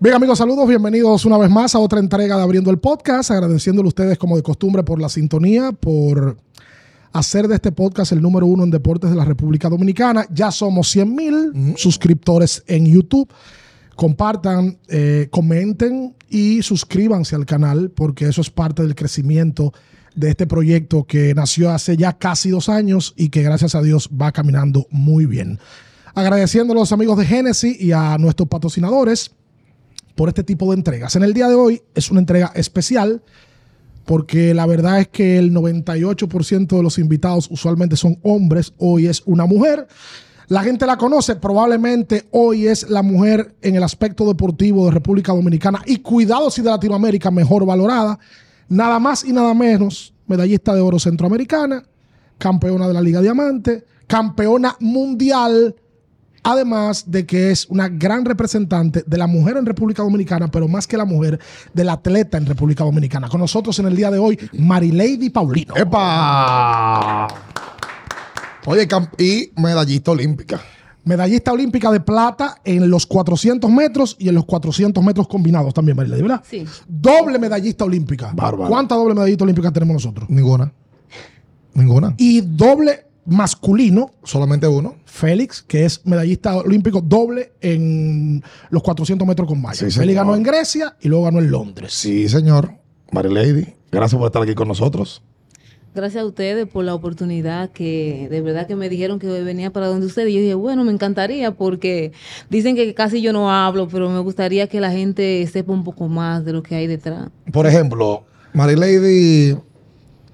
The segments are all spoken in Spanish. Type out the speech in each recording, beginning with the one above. Bien amigos, saludos, bienvenidos una vez más a otra entrega de Abriendo el Podcast, agradeciéndole a ustedes como de costumbre por la sintonía, por hacer de este podcast el número uno en deportes de la República Dominicana. Ya somos 100 mil suscriptores en YouTube. Compartan, eh, comenten y suscríbanse al canal porque eso es parte del crecimiento de este proyecto que nació hace ya casi dos años y que gracias a Dios va caminando muy bien. Agradeciendo a los amigos de Genesis y a nuestros patrocinadores por este tipo de entregas. En el día de hoy es una entrega especial porque la verdad es que el 98% de los invitados usualmente son hombres, hoy es una mujer. La gente la conoce, probablemente hoy es la mujer en el aspecto deportivo de República Dominicana y cuidado si de Latinoamérica mejor valorada, nada más y nada menos, medallista de oro centroamericana, campeona de la Liga Diamante, campeona mundial, Además de que es una gran representante de la mujer en República Dominicana, pero más que la mujer, del atleta en República Dominicana. Con nosotros en el día de hoy, Marilady Paulino. ¡Epa! Oye, cam- y medallista olímpica. Medallista olímpica de plata en los 400 metros y en los 400 metros combinados también, Marilady, ¿verdad? Sí. Doble medallista olímpica. Bárbaro. ¿Cuántas doble medallista olímpica tenemos nosotros? Ninguna. Ninguna. Y doble masculino, Solamente uno. Félix, que es medallista olímpico doble en los 400 metros con valla. Sí, señor. Félix ganó en Grecia y luego ganó en Londres. Sí, señor. Mary Lady, gracias por estar aquí con nosotros. Gracias a ustedes por la oportunidad que de verdad que me dijeron que venía para donde ustedes. Y yo dije, bueno, me encantaría porque dicen que casi yo no hablo, pero me gustaría que la gente sepa un poco más de lo que hay detrás. Por ejemplo, Mary Lady,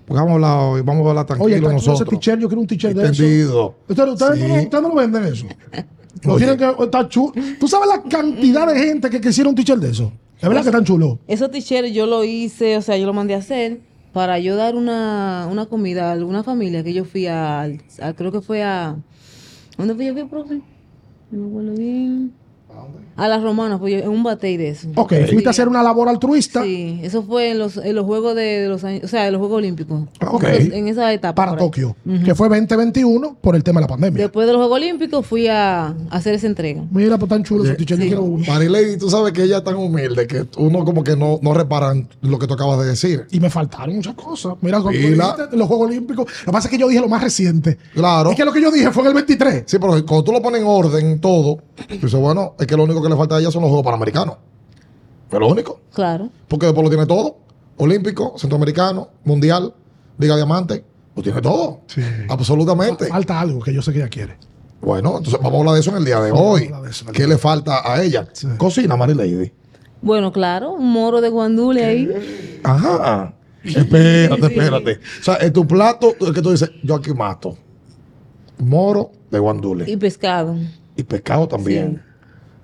pues vamos a hablar hoy, vamos a hablar tranquilo Oye, tranquilo ese nosotros. t-shirt, yo quiero un t-shirt de eso. Entendido. Ustedes, ustedes Sí. no, lo- ustedes no lo venden eso. Lo Oye. tienen que estar chulo. ¿Tú sabes la cantidad de gente que quisiera un t-shirt de eso? Es verdad que están chulos. Esos t-shirts yo lo hice, o sea, yo lo mandé a hacer para yo dar una, una comida a alguna familia que yo fui a, a- creo que fue a, ¿dónde fui yo fui, profe? No me acuerdo bien. A las romanas, pues yo- en un batey de eso. Ok, fuiste a hacer una labor altruista Sí, eso fue en los, en los Juegos de, de los años, o sea, en los Juegos Olímpicos. Ah, ok. Los- En esa etapa. para por ahí. Tokio, que fue 2021 por el tema de la pandemia. Después de los Juegos Olímpicos fui a, a hacer esa entrega. Mira, pues tan chulo ese t-shirt, yo quiero uno. Mary Lady, tú sabes que ella es tan humilde que uno como que no, no reparan lo que tú acabas de decir. Y me faltaron muchas cosas. Mira, cuando tú Pila. dijiste los Juegos Olímpicos, lo que pasa es que yo dije lo más reciente. Claro. Es que lo que yo dije fue en el 23. Sí, pero cuando tú lo pones en orden todo, tú dices, bueno, es que lo único que le falta a ella son los Juegos Panamericanos. Es lo único. Claro. Porque después lo tiene todo. Olímpico, centroamericano, mundial, Liga Diamante. Lo tiene todo. Sí. Ah, Absolutamente. Falta algo que yo sé que ella quiere. Bueno, entonces vamos a hablar de eso en el día de Vamos a hoy. hablar de eso en el ¿Qué le falta a ella? Sí. Cocina, Mary Lady. Bueno, claro, un moro de guandule ahí. Ajá. Ah. Espérate, espérate. O sea, en tu plato, tú- que tú dices, yo aquí mato. Moro de guandule. Y pescado. Y, pescado también.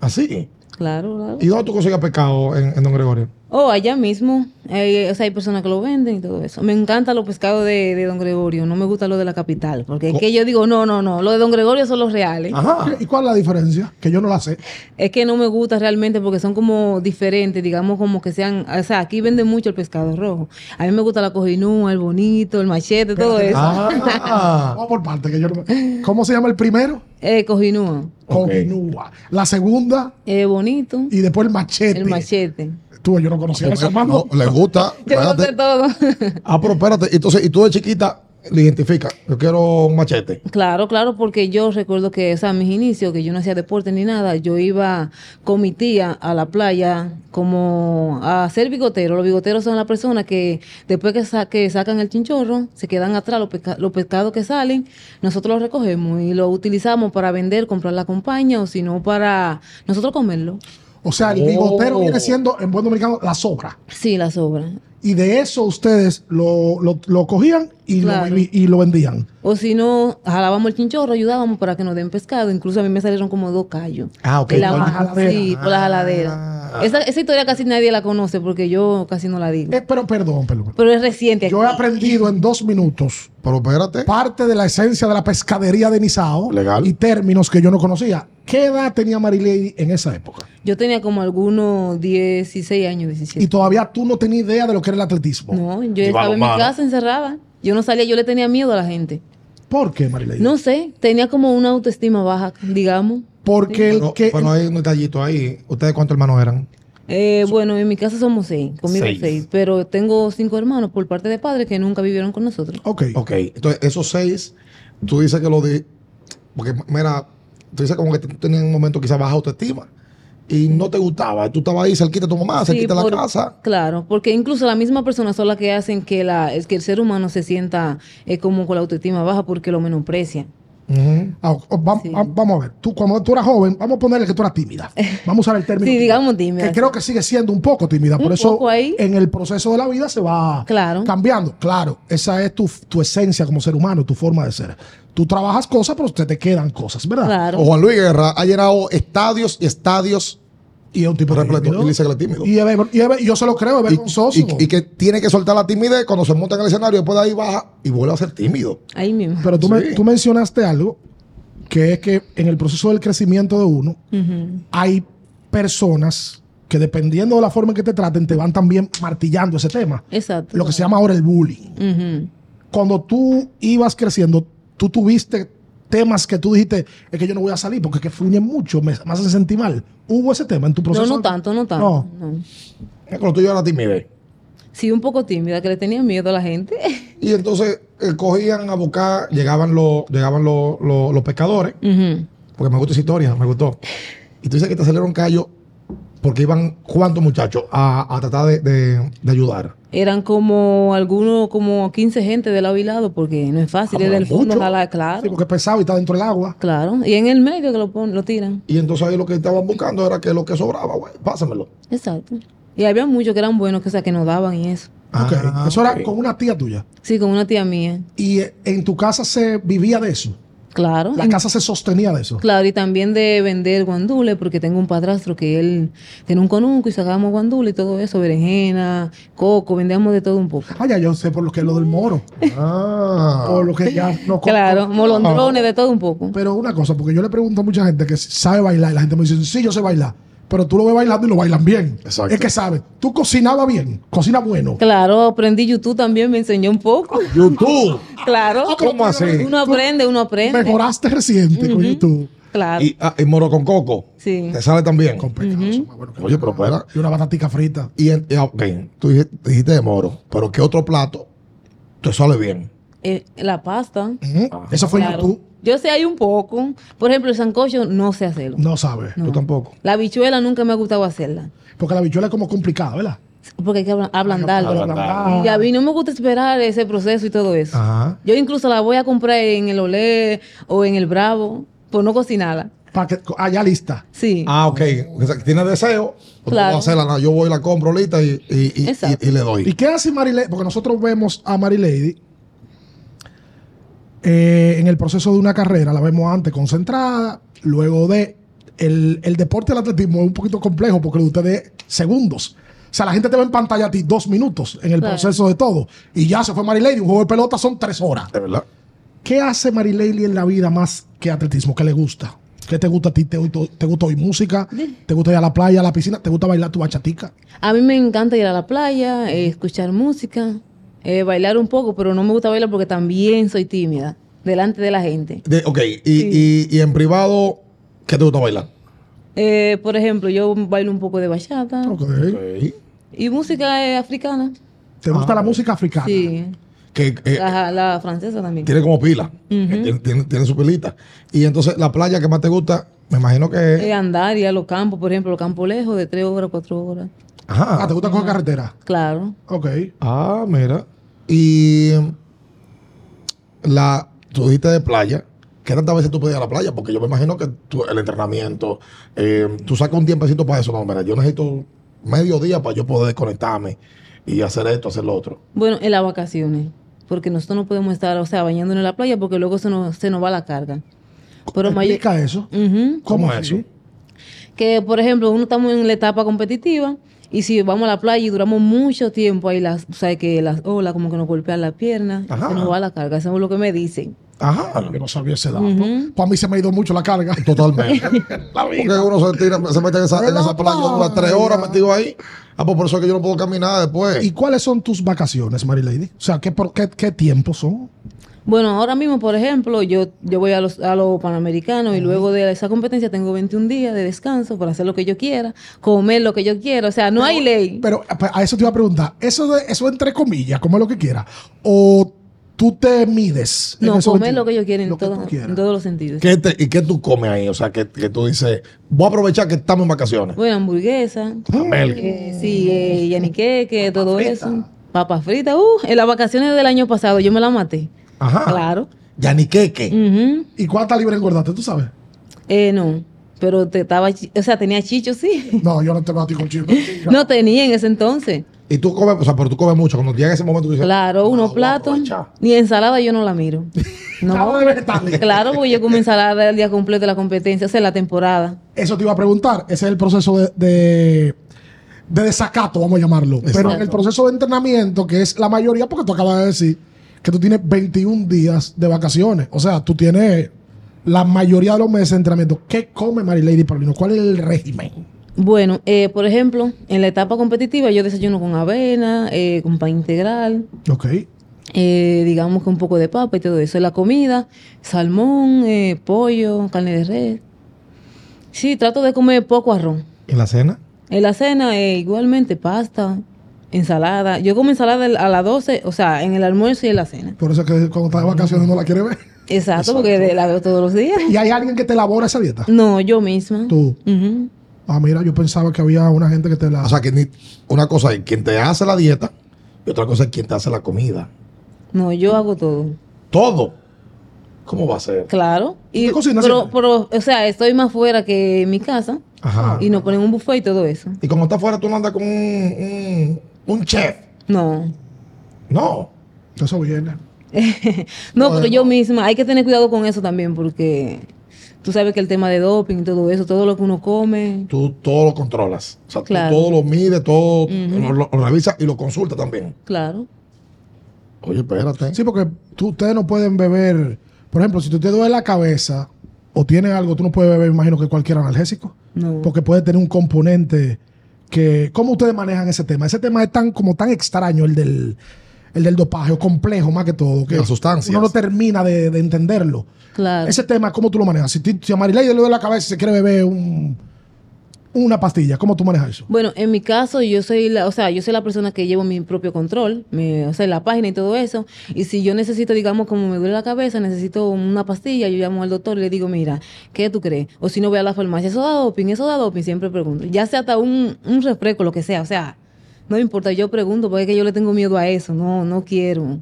Así. Claro, claro. ¿Y dónde tú consigues pescado en, en Don Gregorio? Oh, allá mismo. Eh, o sea, hay personas que lo venden y todo eso. Me encantan los pescados de, de Don Gregorio. No me gusta lo de la capital. Porque es que yo digo, no, no, no. Lo de Don Gregorio son los reales. Ajá. ¿Y cuál es la diferencia? Que yo no la sé. Es que no me gusta realmente porque son como diferentes, digamos como que sean, o sea, aquí venden mucho el pescado rojo. A mí me gusta la cojinúa, el bonito, el machete, todo eso. Ah. Vamos por parte, que yo no me- ¿Cómo se llama el primero? Eh, cojinúa, Ok. Continúa. La segunda eh, bonito, y después el machete. el machete. Tú, yo no conocía eso, hermano. No, le gusta. Yo no espérate. sé todo. Ah, pero espérate. Entonces, y tú de chiquita le identifica. Yo quiero un machete. claro, claro, porque yo recuerdo que, o sea, mis inicios, que yo no hacía deporte ni nada, yo iba con mi tía a la playa como a ser bigotero. Los bigoteros son las personas que después que, sa- que sacan el chinchorro, se quedan atrás los, pesca- los pescados que salen, nosotros los recogemos y los utilizamos para vender, comprar la compañía o si no para nosotros comerlo. O sea, el Oh. bigotero viene siendo, en buen dominicano, la sobra. Sí, la sobra. Y de eso ustedes lo, lo- lo cogían y, Claro. lo, vivi- y lo vendían. O si no, jalábamos el chinchorro, ayudábamos para que nos den pescado. Incluso a mí me salieron como dos callos. Ah, ok, De la por la mano, jaladera. Sí, por la Ah. jaladera. Esa, esa historia casi nadie la conoce porque yo casi no la digo. Eh, pero perdón, perdón. Pero es reciente. Yo he Pues, aquí. aprendido en dos minutos Pero espérate. parte de la esencia de la pescadería de Nizao Legal. y términos que yo no conocía. ¿Qué edad tenía Marilady en esa época? Yo tenía como algunos 16 años, Y 17. todavía tú no tenías idea de lo que era el atletismo. No, yo Y estaba en mi balonmano. casa encerrada. Yo no salía, yo le tenía miedo a la gente. ¿Por qué, Marilady? No sé, tenía como una autoestima baja, digamos. Porque el Pero, que... pero hay un detallito ahí. ¿Ustedes cuántos hermanos eran? Eh, bueno, en mi casa somos seis, conmigo Seis. seis. pero tengo cinco hermanos por parte de padres que nunca vivieron con nosotros. Ok. Ok, entonces esos seis, tú dices que lo di. Porque, mira, tú dices como que tú tenías en un momento quizás baja autoestima y no te gustaba. Tú estabas ahí cerquita de tu mamá, Sí, cerquita de por- la casa. Claro, porque incluso la misma persona son las que hacen que, la, es que el ser humano se sienta eh, como con la autoestima baja porque lo menosprecia. Ujú. Ah, o- o- vam- Sí. vam- vamos a ver, tú cuando tú eras joven, vamos a ponerle que tú eras tímida. Vamos a usar el término. Sí, digamos tímida, Que sí. creo que sigue siendo un poco tímida. Por Un eso poco ahí. en el proceso de la vida se va Claro. cambiando. Claro, esa es tu, tu esencia como ser humano, tu forma de ser. Tú trabajas cosas, pero te, te quedan cosas, ¿verdad? Claro. O Juan Luis Guerra ha llenado estadios y estadios Y es un tipo repleto. tímido. Y dice que él es tímido. Y, es ver- y es ver- yo se lo creo, es y, vergonzoso. y- y que tiene que soltar la timidez cuando se monta en el escenario, después de ahí baja y vuelve a ser tímido. Ahí mismo. Pero tú, me- Sí. tú mencionaste algo, que es que en el proceso del crecimiento de uno, Ujú. hay personas que dependiendo de la forma en que te traten, te van también martillando ese tema. Exacto. Lo que se llama ahora el bullying. Ujú. Cuando tú ibas creciendo, tú tuviste temas que tú dijiste, es que yo no voy a salir porque es que fluyen mucho, me, me hacen sentir mal. ¿Hubo ese tema en tu No, proceso? no tanto, no tanto. no. Es cuando tú llevas la timidez. Sí, un poco tímida, que le tenía miedo a la gente. Y entonces eh, cogían a buscar, llegaban los, llegaban los, los- los pescadores, Ujú. porque me gusta esa historia, me gustó. Y tú dices que te salieron callos porque iban cuántos muchachos a, a tratar de, de- de ayudar. Eran como algunos, como 15 gente de lado y lado, porque no es fácil. Ah, ir del pero fondo, mucho. jalar, Sí, claro. porque es pesado y está dentro del agua. Claro. Y en el medio que lo, pon- lo tiran. Y entonces ahí lo que estaban buscando era que lo que sobraba, güey, pásamelo. Exacto. Y había muchos que eran buenos, que, o sea, que nos daban y eso. Ok. Ah, eso ok. era con una tía tuya. Sí, con una tía mía. Y eh, en tu casa se vivía de eso. Claro. La casa se sostenía de eso. Claro, y también de vender guandules, porque tengo un padrastro que él tiene un conunco y sacábamos guandules y todo eso, berenjena, coco, vendíamos de todo un poco. Ah, ya yo sé por lo que es lo del moro. Ah. Por lo que ya no Claro, molondrones, Ah. de todo un poco. Pero una cosa, porque yo le pregunto a mucha gente que sabe bailar y la gente me dice, sí, yo sé bailar. Pero tú lo ves bailando y lo bailan bien. Exacto. Es que sabes, tú cocinabas bien, cocina bueno. Claro, aprendí YouTube también, me enseñó un poco. YouTube. Claro. Ah, ¿Cómo así? Uno aprende, uno aprende. Mejoraste reciente con YouTube. Claro. Y, ah, y moro con coco. Sí. Te sale también. Con pescado, eso más bueno que Oye, nada. pero espera. Y una batatica frita. Y, en- y, ah, ok, tú dij- dijiste, de moro, pero ¿qué otro plato te sale bien? Eh, la pasta. Ujú. Ah. Eso fue en claro. YouTube. Yo sé hay un poco. Por ejemplo, el sancocho no sé hacerlo. No sabes. Yo tampoco. La bichuela nunca me ha gustado hacerla. Porque la bichuela es como complicada, ¿verdad? Porque hay que abla- Ah, ablandarla. ablandar. Y a mí no me gusta esperar ese proceso y todo Ah. eso. Ajá. Yo incluso la voy a comprar en el Olé o en el Bravo, por no cocinarla. Para que allá lista. Sí. Ah, ok. O sea, que tiene deseo. pues Claro. no va a hacerla nada. Yo voy, la compro ahorita y, y- y- Exacto. y- y le ¿Y doy. qué hace Marilady? Porque nosotros vemos a Marilady eh, en el proceso de una carrera, la vemos antes concentrada, luego de. El, el deporte del atletismo es un poquito complejo porque lo de ustedes es segundos. O sea, la gente te ve en pantalla a ti dos minutos en el Claro. proceso de todo. Y ya se fue Marilady. Un juego de pelota son tres horas. ¿De verdad? ¿Qué hace Marilady en la vida más que atletismo? ¿Qué le gusta? ¿Qué te gusta a ti? ¿Te, te gusta oír música? ¿Te gusta ir a la playa, a la piscina? ¿Te gusta bailar tu bachatica? A mí me encanta ir a la playa, eh, escuchar música, eh, bailar un poco, pero no me gusta bailar porque también soy tímida delante de la gente. De- ok. Y, y- y en privado, ¿qué te gusta bailar? Eh, por ejemplo, yo bailo un poco de bachata Ok. y música eh, africana. ¿Te gusta la música africana? Sí, Que eh, la, la francesa también. tiene como pila. tiene, tiene- tiene su pilita. Y entonces, la playa que más te gusta, me imagino que. Eh, andar, ir a los campos, por ejemplo, los campos lejos de tres horas, cuatro horas. Ah, Ajá. ¿te gusta coger carretera? Claro. Ok. Ah, mira. Y la, tú dijiste de playa. ¿Qué tantas veces tú puedes ir a la playa? Porque yo me imagino que tú- el entrenamiento, eh, tú sacas un tiempecito para eso. No, mira, yo necesito medio día para yo poder desconectarme y hacer esto, hacer lo otro. Bueno, en las vacaciones, porque nosotros no podemos estar, o sea, bañándonos en la playa porque luego se nos, se nos va la carga. Pero mayor, Explica eso. Ujú. ¿Cómo es es eso? que por ejemplo, uno estamos en la etapa competitiva y si vamos a la playa y duramos mucho tiempo ahí, las, o sea, que las olas como que nos golpean la pierna, Ajá. se nos va la carga, eso es lo que me dicen. Ajá. Yo no sabía ese dato. Ujú. Para mí se me ha ido mucho la carga. Ah, Totalmente. Porque uno se, tira, se mete en esa, en La esa playa, dura tres playa. horas metido ahí. Ah, pues por eso es que yo no puedo caminar después. ¿Y cuáles son tus vacaciones, Marilady? O sea, ¿qué, por, qué, qué tiempo son? Bueno, ahora mismo, por ejemplo, yo, yo voy a los, a los Panamericanos y luego de esa competencia tengo 21 días de descanso para hacer lo que yo quiera, comer lo que yo quiera. O sea, no hay ley. Pero pues, a- a eso te iba a preguntar, eso de, eso entre comillas, come lo que quiera, o tú te mides. en No, esos comer 21, lo que yo quiera en, lo que todo- tú quieras. en todos los sentidos. ¿Qué te- ¿Y qué tú comes ahí? O sea, que, que tú dices, voy a aprovechar que estamos en vacaciones. Bueno, hamburguesa, Amel. eh, sí, eh, yaniqueque, todo eso. Papas fritas. Uh, en las vacaciones del año pasado yo me la maté. Ajá. Claro. Yaniqueque. Ujú. ¿Y cuántas libras engordaste, tú sabes? Eh, no, pero te estaba, chi- o sea, tenía chicho, sí. No, yo no te mato con chico. No tenía en ese entonces. Y tú comes, o sea, pero tú comes mucho. Cuando llega ese momento, tú dices, Claro, "No, unos voy a platos. aprovechar". Ni ensalada yo no la miro. No. Nada de vegetales. Claro, porque yo como ensalada el día completo de la competencia, o sea, la temporada. Eso te iba a preguntar. Ese es el proceso de, de, de desacato, vamos a llamarlo. Pero en el proceso de entrenamiento, que es la mayoría, porque tú acabas de decir que tú tienes 21 días de vacaciones. O sea, tú tienes la mayoría de los meses de entrenamiento. ¿Qué come Marilady Paulino? ¿Cuál es el régimen? Bueno, eh, por ejemplo, en la etapa competitiva yo desayuno con avena, eh, con pan integral, Ok. eh, digamos que un poco de papa y todo eso. La comida, salmón, eh, pollo, carne de res. Sí, trato de comer poco arroz. ¿En la cena? En la cena, eh, igualmente, pasta, ensalada. Yo como ensalada el- a las 12, o sea, en el almuerzo y en la cena. Por eso es que cuando estás de vacaciones no la quieres ver. Exacto, porque de- la veo todos los días. ¿Y hay alguien que te elabora esa dieta? No, yo misma. Tú. Ujú. Ah, mira, yo pensaba que había una gente que te la... O sea, que ni- una cosa es quien te hace la dieta y otra cosa es quien te hace la comida. No, yo hago todo. Todo. ¿Cómo va a ser? Claro. Y, ¿Tú cocinas pero, siempre? pero, o sea, estoy más fuera que en mi casa Ajá. y nos ponen un buffet y todo eso. Y como está afuera, tú no andas con un, un, un chef. No. No. Eso viene. No, pero yo misma, hay que tener cuidado con eso también porque tú sabes que el tema de doping y todo eso, todo lo que uno come. Tú todo lo controlas. O sea, Claro. tú todo lo mides, todo lo, lo- lo revisas y lo consultas también. Claro. Oye, espérate. Sí, porque tú- ustedes no pueden beber. Por ejemplo, si tú te duele la cabeza o tienes algo, tú no puedes beber, imagino que cualquier analgésico. No. Porque puede tener un componente que. ¿Cómo ustedes manejan ese tema? Ese tema es tan, como tan extraño, el del, el del dopaje, o complejo más que todo. Que Las sustancias. Uno no termina de, de entenderlo. Claro. Ese tema, ¿cómo tú lo manejas? Si, ti- si a Marilei le duele la cabeza y se quiere beber un- una pastilla, ¿cómo tú manejas eso? Bueno, en mi caso, yo soy la, o sea, yo soy la persona que llevo mi propio control, me- o sea, la página y todo eso. Y si yo necesito, digamos, como me duele la cabeza, necesito una pastilla, yo llamo al doctor y le digo, mira, ¿qué tú crees? O si no voy a la farmacia, eso da doping, eso da doping, siempre pregunto. Ya sea hasta un, un refresco, lo que sea, o sea, no me importa, yo pregunto, porque es que yo le tengo miedo a eso, no, no quiero.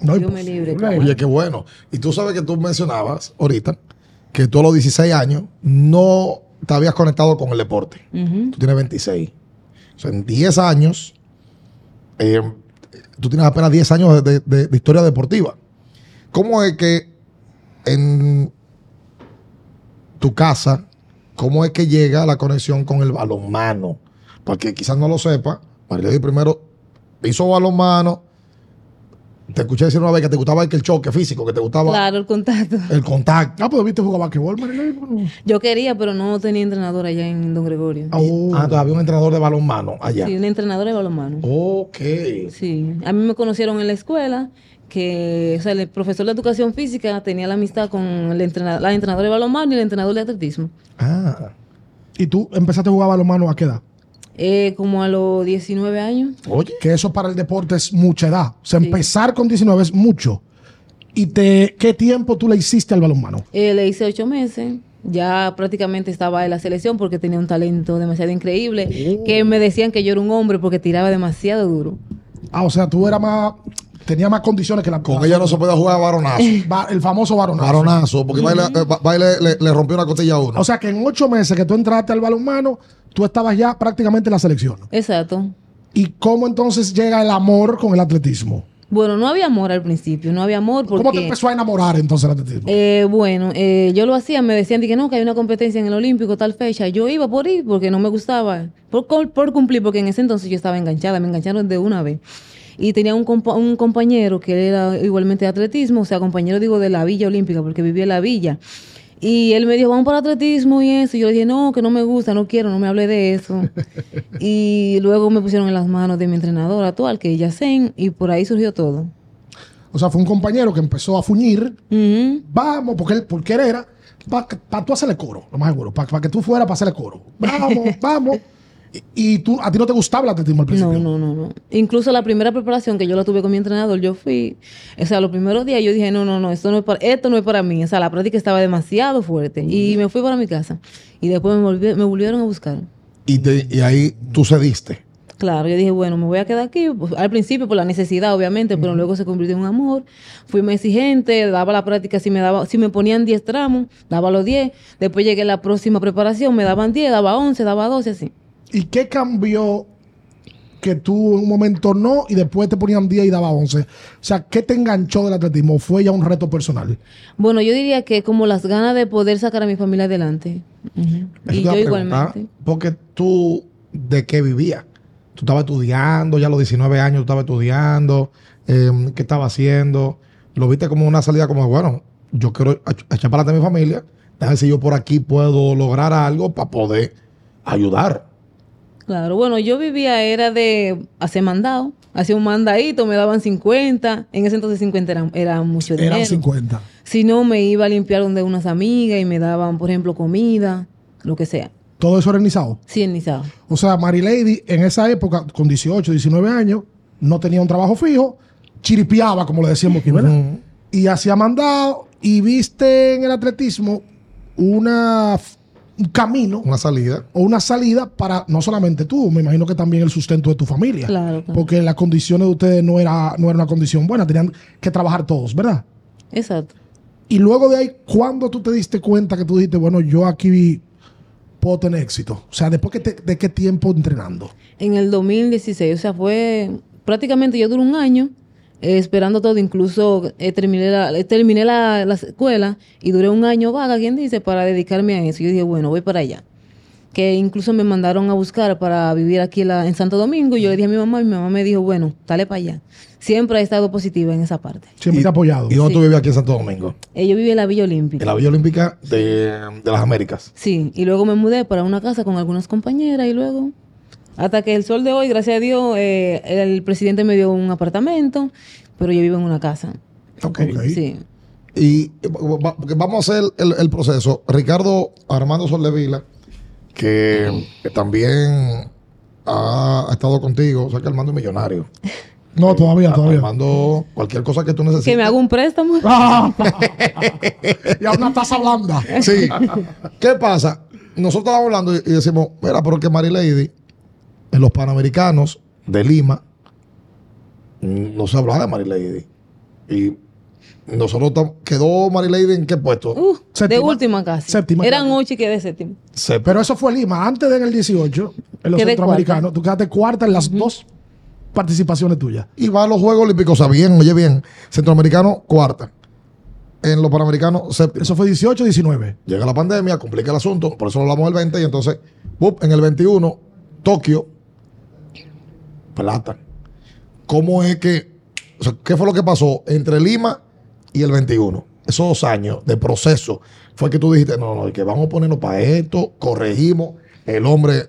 No, Dios me libre, imposible. Oye, qué bueno. Y tú sabes que tú mencionabas ahorita que tú a los 16 años no te habías conectado con el deporte. Ujú. Tú tienes 26. O sea, en 10 años, eh, tú tienes apenas 10 años de, de- de historia deportiva. ¿Cómo es que en tu casa, cómo es que llega la conexión con el balonmano? Para que quizás no lo sepa, Marilady primero hizo balonmano. Te escuché decir una vez que te gustaba el que el choque físico, que te gustaba Claro, el contacto. el contacto. Ah, pues viste jugar basquetbol, Marilei. Bueno. Yo quería, pero no tenía entrenador allá en Don Gregorio. Ah, Ah, entonces había un entrenador de balonmano allá. Sí, una entrenadora de balonmano. Oh, Ok. Sí, a mí me conocieron en la escuela, que o sea, el profesor de educación física tenía la amistad con el entrenador, la entrenadora de balonmano y el entrenador de atletismo. Ah. ¿Y tú empezaste a jugar balonmano a qué edad? Eh, como a los 19 años, Oye. Que eso para el deporte es mucha edad. O sea, empezar con 19 es mucho. ¿Y te, qué tiempo tú le hiciste al balonmano? eh, le hice ocho meses. Ya prácticamente estaba en la selección porque tenía un talento demasiado increíble. Oh. Que me decían que yo era un hombre porque tiraba demasiado duro. Ah, o sea, tú eras más. Tenía más condiciones que la. Con la- ella no se puede jugar varonazo. va- el famoso varonazo. Varonazo, porque baile, eh, ba- baile le, le rompió una costilla a uno. O sea, que en ocho meses que tú entraste al balonmano, tú estabas ya prácticamente en la selección. Exacto. ¿Y cómo entonces llega el amor con el atletismo? Bueno, no había amor al principio, no había amor porque... ¿Cómo te empezó a enamorar entonces el atletismo? Eh, bueno, eh, yo lo hacía, me decían de que no, que hay una competencia en el Olímpico tal fecha. Yo iba por ir porque no me gustaba, por, col- por cumplir, porque en ese entonces yo estaba enganchada, me engancharon de una vez. Y tenía un, compa- un compañero que era igualmente de atletismo, o sea, compañero digo de la Villa Olímpica, porque vivía en la Villa. Y él me dijo, vamos para atletismo y eso. Y yo le dije, no, que no me gusta, no quiero, no me hable de eso. y luego me pusieron en las manos de mi entrenadora actual, que es Yacen, y por ahí surgió todo. O sea, fue un compañero que empezó a fuñir. Ujú. Vamos, porque él, porque él era, para tú hacerle coro, lo más seguro, para que tú fueras para hacerle coro. Vamos, vamos. Y, y tú, a ti no te gustaba el atletismo al No, principio. no, no, no. Incluso la primera preparación que yo la tuve con mi entrenador, yo fui, o sea, los primeros días yo dije, no, no, no, esto no es para, esto no es para mí. O sea, la práctica estaba demasiado fuerte. Y me fui para mi casa. Y después me, volvi- me volvieron a buscar. Y, te- y ahí tú cediste. Claro, yo dije, bueno, me voy a quedar aquí. Pues, al principio por la necesidad, obviamente, pero luego se convirtió en un amor. Fui más exigente, daba la práctica, si me daba, si me ponían 10 tramos, daba los 10. Después llegué a la próxima preparación, me daban 10, daba 11, daba 12, así. ¿Y qué cambió que tú en un momento no y después te ponían 10 y daba 11? O sea, ¿qué te enganchó del atletismo? ¿Fue ya un reto personal? Bueno, yo diría que como las ganas de poder sacar a mi familia adelante. Ujú. Eso Y te iba yo a preguntar, igualmente. Porque tú, ¿de qué vivías? Tú estabas estudiando, ya a los 19 años tú estabas estudiando, eh, ¿qué estabas haciendo? Lo viste como una salida como, bueno, yo quiero ach- echar para adelante a mi familia, a ver si yo por aquí puedo lograr algo para poder ayudar. Claro, bueno, yo vivía era de hacer mandado. Hacía un mandadito, me daban 50. En ese entonces 50 era, era mucho dinero. Eran 50. Si no, me iba a limpiar donde unas amigas y me daban, por ejemplo, comida, lo que sea. Todo eso organizado. Sí, en Nizao. O sea, Mary Lady en esa época, con 18, 19 años, no tenía un trabajo fijo, chiripiaba, como le decíamos aquí, ¿verdad? Ujú. Y hacía mandado y viste en el atletismo una, f- un camino Una salida. o una salida para no solamente tú, me imagino que también el sustento de tu familia. Claro, claro. Porque las condiciones de ustedes no era, no era una condición buena, tenían que trabajar todos, ¿verdad? Exacto. Y luego de ahí, ¿cuándo tú te diste cuenta que tú dijiste, bueno, yo aquí puedo tener éxito? O sea, ¿después que te- de qué tiempo entrenando? En el 2016, o sea, fue prácticamente yo duré un año eh, esperando todo, incluso eh, terminé, la, eh, terminé la, la escuela y duré un año vaga, quien dice, para dedicarme a eso. Yo dije, bueno, voy para allá. Que incluso me mandaron a buscar para vivir aquí en la- en Santo Domingo. y Yo le dije a mi mamá y mi mamá me dijo, bueno, dale para allá. Siempre he estado positiva en esa parte. Siempre te he apoyado. ¿Y dónde tú vivías aquí en Santo Domingo? Eh, yo viví en la Villa Olímpica. En la Villa Olímpica de, de las Américas. Sí, y luego me mudé para una casa con algunas compañeras y luego, hasta que el sol de hoy, gracias a Dios, eh, el presidente me dio un apartamento, pero yo vivo en una casa. Ok. Sí. Y eh, va- porque vamos a hacer el, el proceso. Ricardo Armando Soldevila, que, que también ha, ha estado contigo, o sea que Armando es millonario. No, todavía, Ah, todavía. Armando, cualquier cosa que tú necesites. Que me hago un préstamo. Ah, ah, ya una taza blanda. Sí. ¿Qué pasa? Nosotros estábamos hablando y y decimos, mira, pero que Mary Lady, en los Panamericanos de Lima, mm, no se hablaba de Mary Lady. Y nosotros tam- quedó Mary Lady en qué puesto? Uh, de Séptima. última casi. Séptima. Eran ocho y quedé séptimo. Se- Pero eso fue Lima, antes del 18, en los Quedé centroamericanos. Tú quedaste cuarta en las dos participaciones tuyas. y va a los Juegos Olímpicos, o sea, bien, oye bien, centroamericano cuarta, en los Panamericanos séptima. Eso fue 18, 19. Llega la pandemia, complica el asunto, por eso lo hablamos del 20 y entonces, ¡bup! en el 21, Tokio, plata. ¿Cómo es que, o sea, qué fue lo que pasó entre Lima y el 21? Esos dos años de proceso fue que tú dijiste, no, no, que vamos a ponernos para esto, corregimos, el hombre,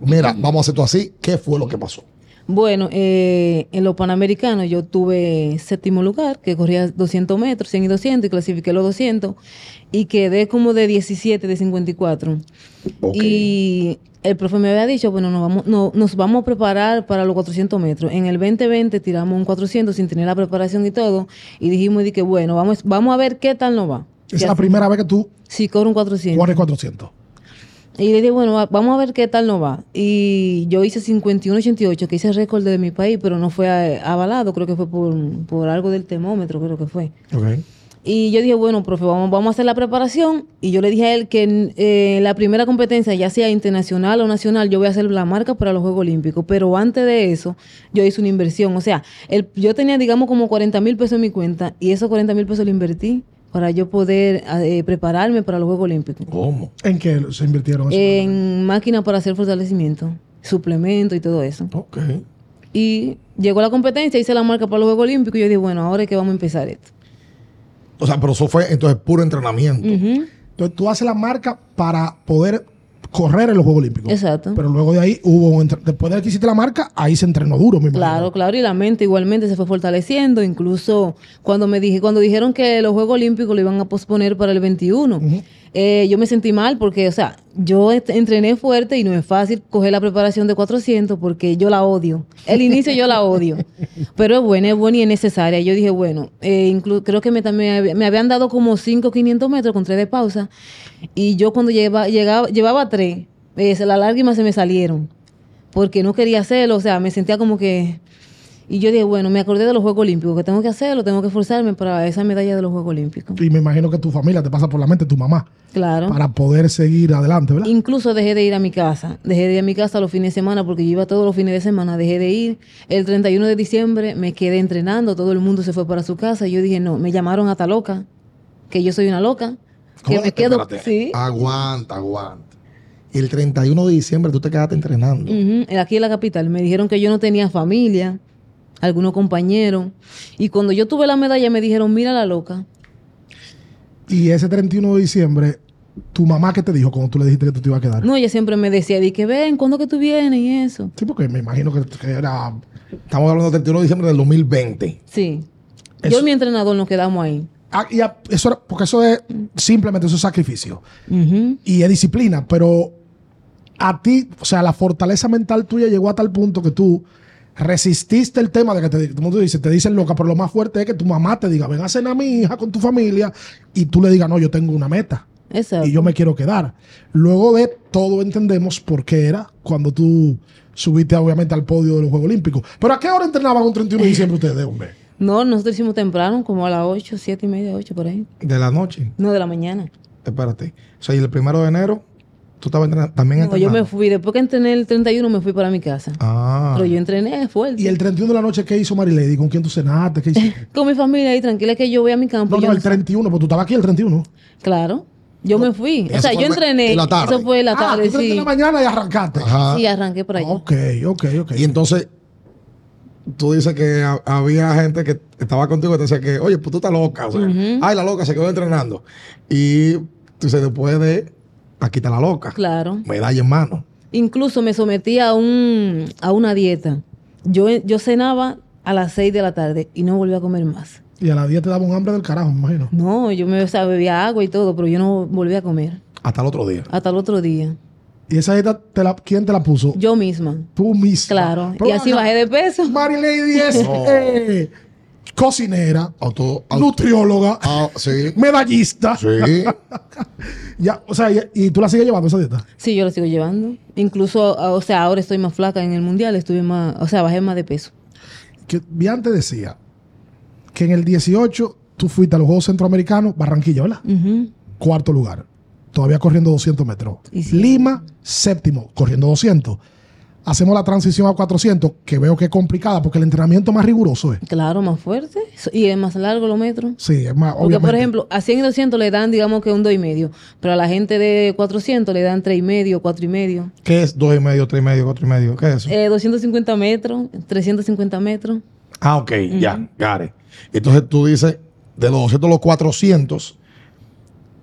mira, vamos a hacer esto así, ¿qué fue lo que pasó? Bueno, eh, en los Panamericanos yo tuve séptimo lugar, que corría 200 metros, 100 y 200, y clasifiqué los 200, y quedé como de 17, de 54. Ok. Y el profe me había dicho, bueno, nos vamos, no, nos vamos a preparar para los 400 metros. En el 2020 tiramos un 400 sin tener la preparación y todo, y dijimos, de que bueno, vamos, vamos a ver qué tal nos va. Esa Si es la hace- primera vez que tú Si corro un 400. corres 400. Y le dije, bueno, va- vamos a ver qué tal nos va. Y yo hice 51.88, que hice récord de mi país, pero no fue eh, avalado, creo que fue por, por algo del termómetro, creo que fue. Y yo dije, bueno, profe, vamos, vamos a hacer la preparación. Y yo le dije a él que en eh, la primera competencia, ya sea internacional o nacional, yo voy a hacer la marca para los Juegos Olímpicos. Pero antes de eso, yo hice una inversión. O sea, el, yo tenía, digamos, como 40 mil pesos en mi cuenta y esos 40 mil pesos lo invertí para yo poder eh, prepararme para los Juegos Olímpicos ¿Cómo? ¿En qué se invirtieron Eh, eso? en máquinas para hacer fortalecimiento, suplemento y todo eso. Ok. Y llegó la competencia, hice la marca para los Juegos Olímpicos y yo dije, bueno, ahora es que vamos a empezar esto. Mm. O sea, pero eso fue entonces puro entrenamiento. Ujú. Entonces tú haces la marca para poder correr en los Juegos Olímpicos. Exacto. Pero luego de ahí hubo un entre- después de que hiciste la marca, ahí se entrenó duro, mi Claro, claro, y la mente igualmente se fue fortaleciendo, incluso cuando me dije, cuando dijeron que los Juegos Olímpicos lo iban a posponer para el 21, eh, yo me sentí mal porque, o sea, yo est- entrené fuerte y no es fácil coger la preparación de 400 porque yo la odio. El inicio yo la odio, pero es buena, es buena y es necesaria. Yo dije, bueno, eh, inclu- creo que me también hab- me habían dado como 5 500 metros con 3 de pausa y yo cuando lleva- llegaba, llevaba 3, las lágrimas se me salieron porque no quería hacerlo, o sea, me sentía como que... Y yo dije, bueno, me acordé de los Juegos Olímpicos, que tengo que hacerlo, tengo que esforzarme para esa medalla de los Juegos Olímpicos. Y me imagino que tu familia te pasa por la mente, tu mamá, Claro. para poder seguir adelante, ¿verdad? Incluso dejé de ir a mi casa, dejé de ir a mi casa los fines de semana porque yo iba todos los fines de semana, dejé de ir. El 31 de diciembre me quedé entrenando, todo el mundo se fue para su casa y yo dije, no, me llamaron hasta loca, que yo soy una loca, que me Espérate, quedo... espérate. Sí. Aguanta, aguanta. El 31 de diciembre tú te quedaste entrenando. Ujú, Aquí en la capital. Me dijeron que yo no tenía familia, algunos compañeros. Y cuando yo tuve la medalla me dijeron, mira la loca. Y ese 31 de diciembre, tu mamá, ¿qué te dijo cuando tú le dijiste que tú te ibas a quedar? No, ella siempre me decía, di que ven, ¿cuándo que tú vienes? Y eso. Sí, porque me imagino que, que era. Estamos hablando del 31 de diciembre del 2020. Sí. Eso- Yo y mi entrenador nos quedamos ahí. Ah, y a- eso era- porque eso es simplemente eso es sacrificio Ujú. y es disciplina, pero a ti, o sea, la fortaleza mental tuya llegó a tal punto que tú resististe el tema de que te, como tú dices, te dicen loca, pero lo más fuerte es que tu mamá te diga, ven a cenar a mi hija con tu familia y tú le digas, no, yo tengo una meta. Exacto. y yo me quiero quedar. Luego de todo entendemos por qué era cuando tú subiste obviamente al podio de los Juegos Olímpicos. Pero ¿a qué hora entrenaban un 31 de diciembre ustedes, hombre? No, nosotros hicimos temprano, como a las 8, 7 y media, 8 por ahí. De la noche. No, de la mañana. Espérate. O sea, y el primero de enero tú estabas entrenando, también No, yo entrenando. me fui, después que entrené el 31 me fui para mi casa. Ah. Pero yo entrené fuerte. Y el 31 de la noche, ¿qué hizo Marilady? ¿Con quién tú cenaste? ¿Qué hiciste? Con mi familia ahí, tranquila, que yo voy a mi campo. No, yo no, el no sé. 31, porque pues tú estabas aquí el 31. Claro. Yo me fui. Eso O fue sea, yo en la- entrené. en la tarde. Eso fue en la tarde, ah, tú sí. en la mañana y arrancaste. Ajá. Sí, arranqué por allá. Ok, ok, ok. Y entonces tú dices que ha- había gente que estaba contigo que te decía que, oye, pues tú estás loca. O sea, Ujú. ay, la loca se quedó entrenando. Y tú dices, después de, aquí está la loca. Claro. Medalla en mano. Incluso me sometí a, un, a una dieta. Yo, yo cenaba a las 6 de la tarde y no volví a comer más. Y a las 10 te daba un hambre del carajo, me imagino. No, yo me o sea, bebía agua y todo, pero yo no volví a comer Hasta el otro día. hasta el otro día. Y esa dieta, te la, ¿quién te la puso? Yo misma. Tú misma. Ah, Claro. Pero y así acá, bajé de peso. Marilady es No. eh, cocinera, Auto, auto, nutrióloga, ah, sí. medallista. Sí. Ya, o sea, ya- y tú la sigues llevando esa dieta. Sí, yo lo sigo llevando. Incluso, a- o sea, ahora estoy más flaca en el mundial, estuve más, o sea, bajé más de peso. Que bien te decía que en el 18 tú fuiste a los Juegos Centroamericanos, Barranquilla, ¿verdad? Ujú. Cuarto lugar. Todavía corriendo 200 metros. Y sí. Lima, séptimo, corriendo 200. Hacemos la transición a 400, que veo que es complicada porque el entrenamiento más riguroso es. Claro, más fuerte. So- Y es más largo los metros. Sí, es más, Porque, obviamente. por ejemplo, a 100 y 200 le dan, digamos que un 2,5. y medio. Pero a la gente de 400 le dan 3,5, y medio, cuatro y medio. ¿Qué es dos y medio, tres y medio, cuatro y medio? ¿Qué es eso? Eh, 250 metros, 350 metros. Ah, ok, ya, Gare. Entonces tú dices, de los 200 a los 400,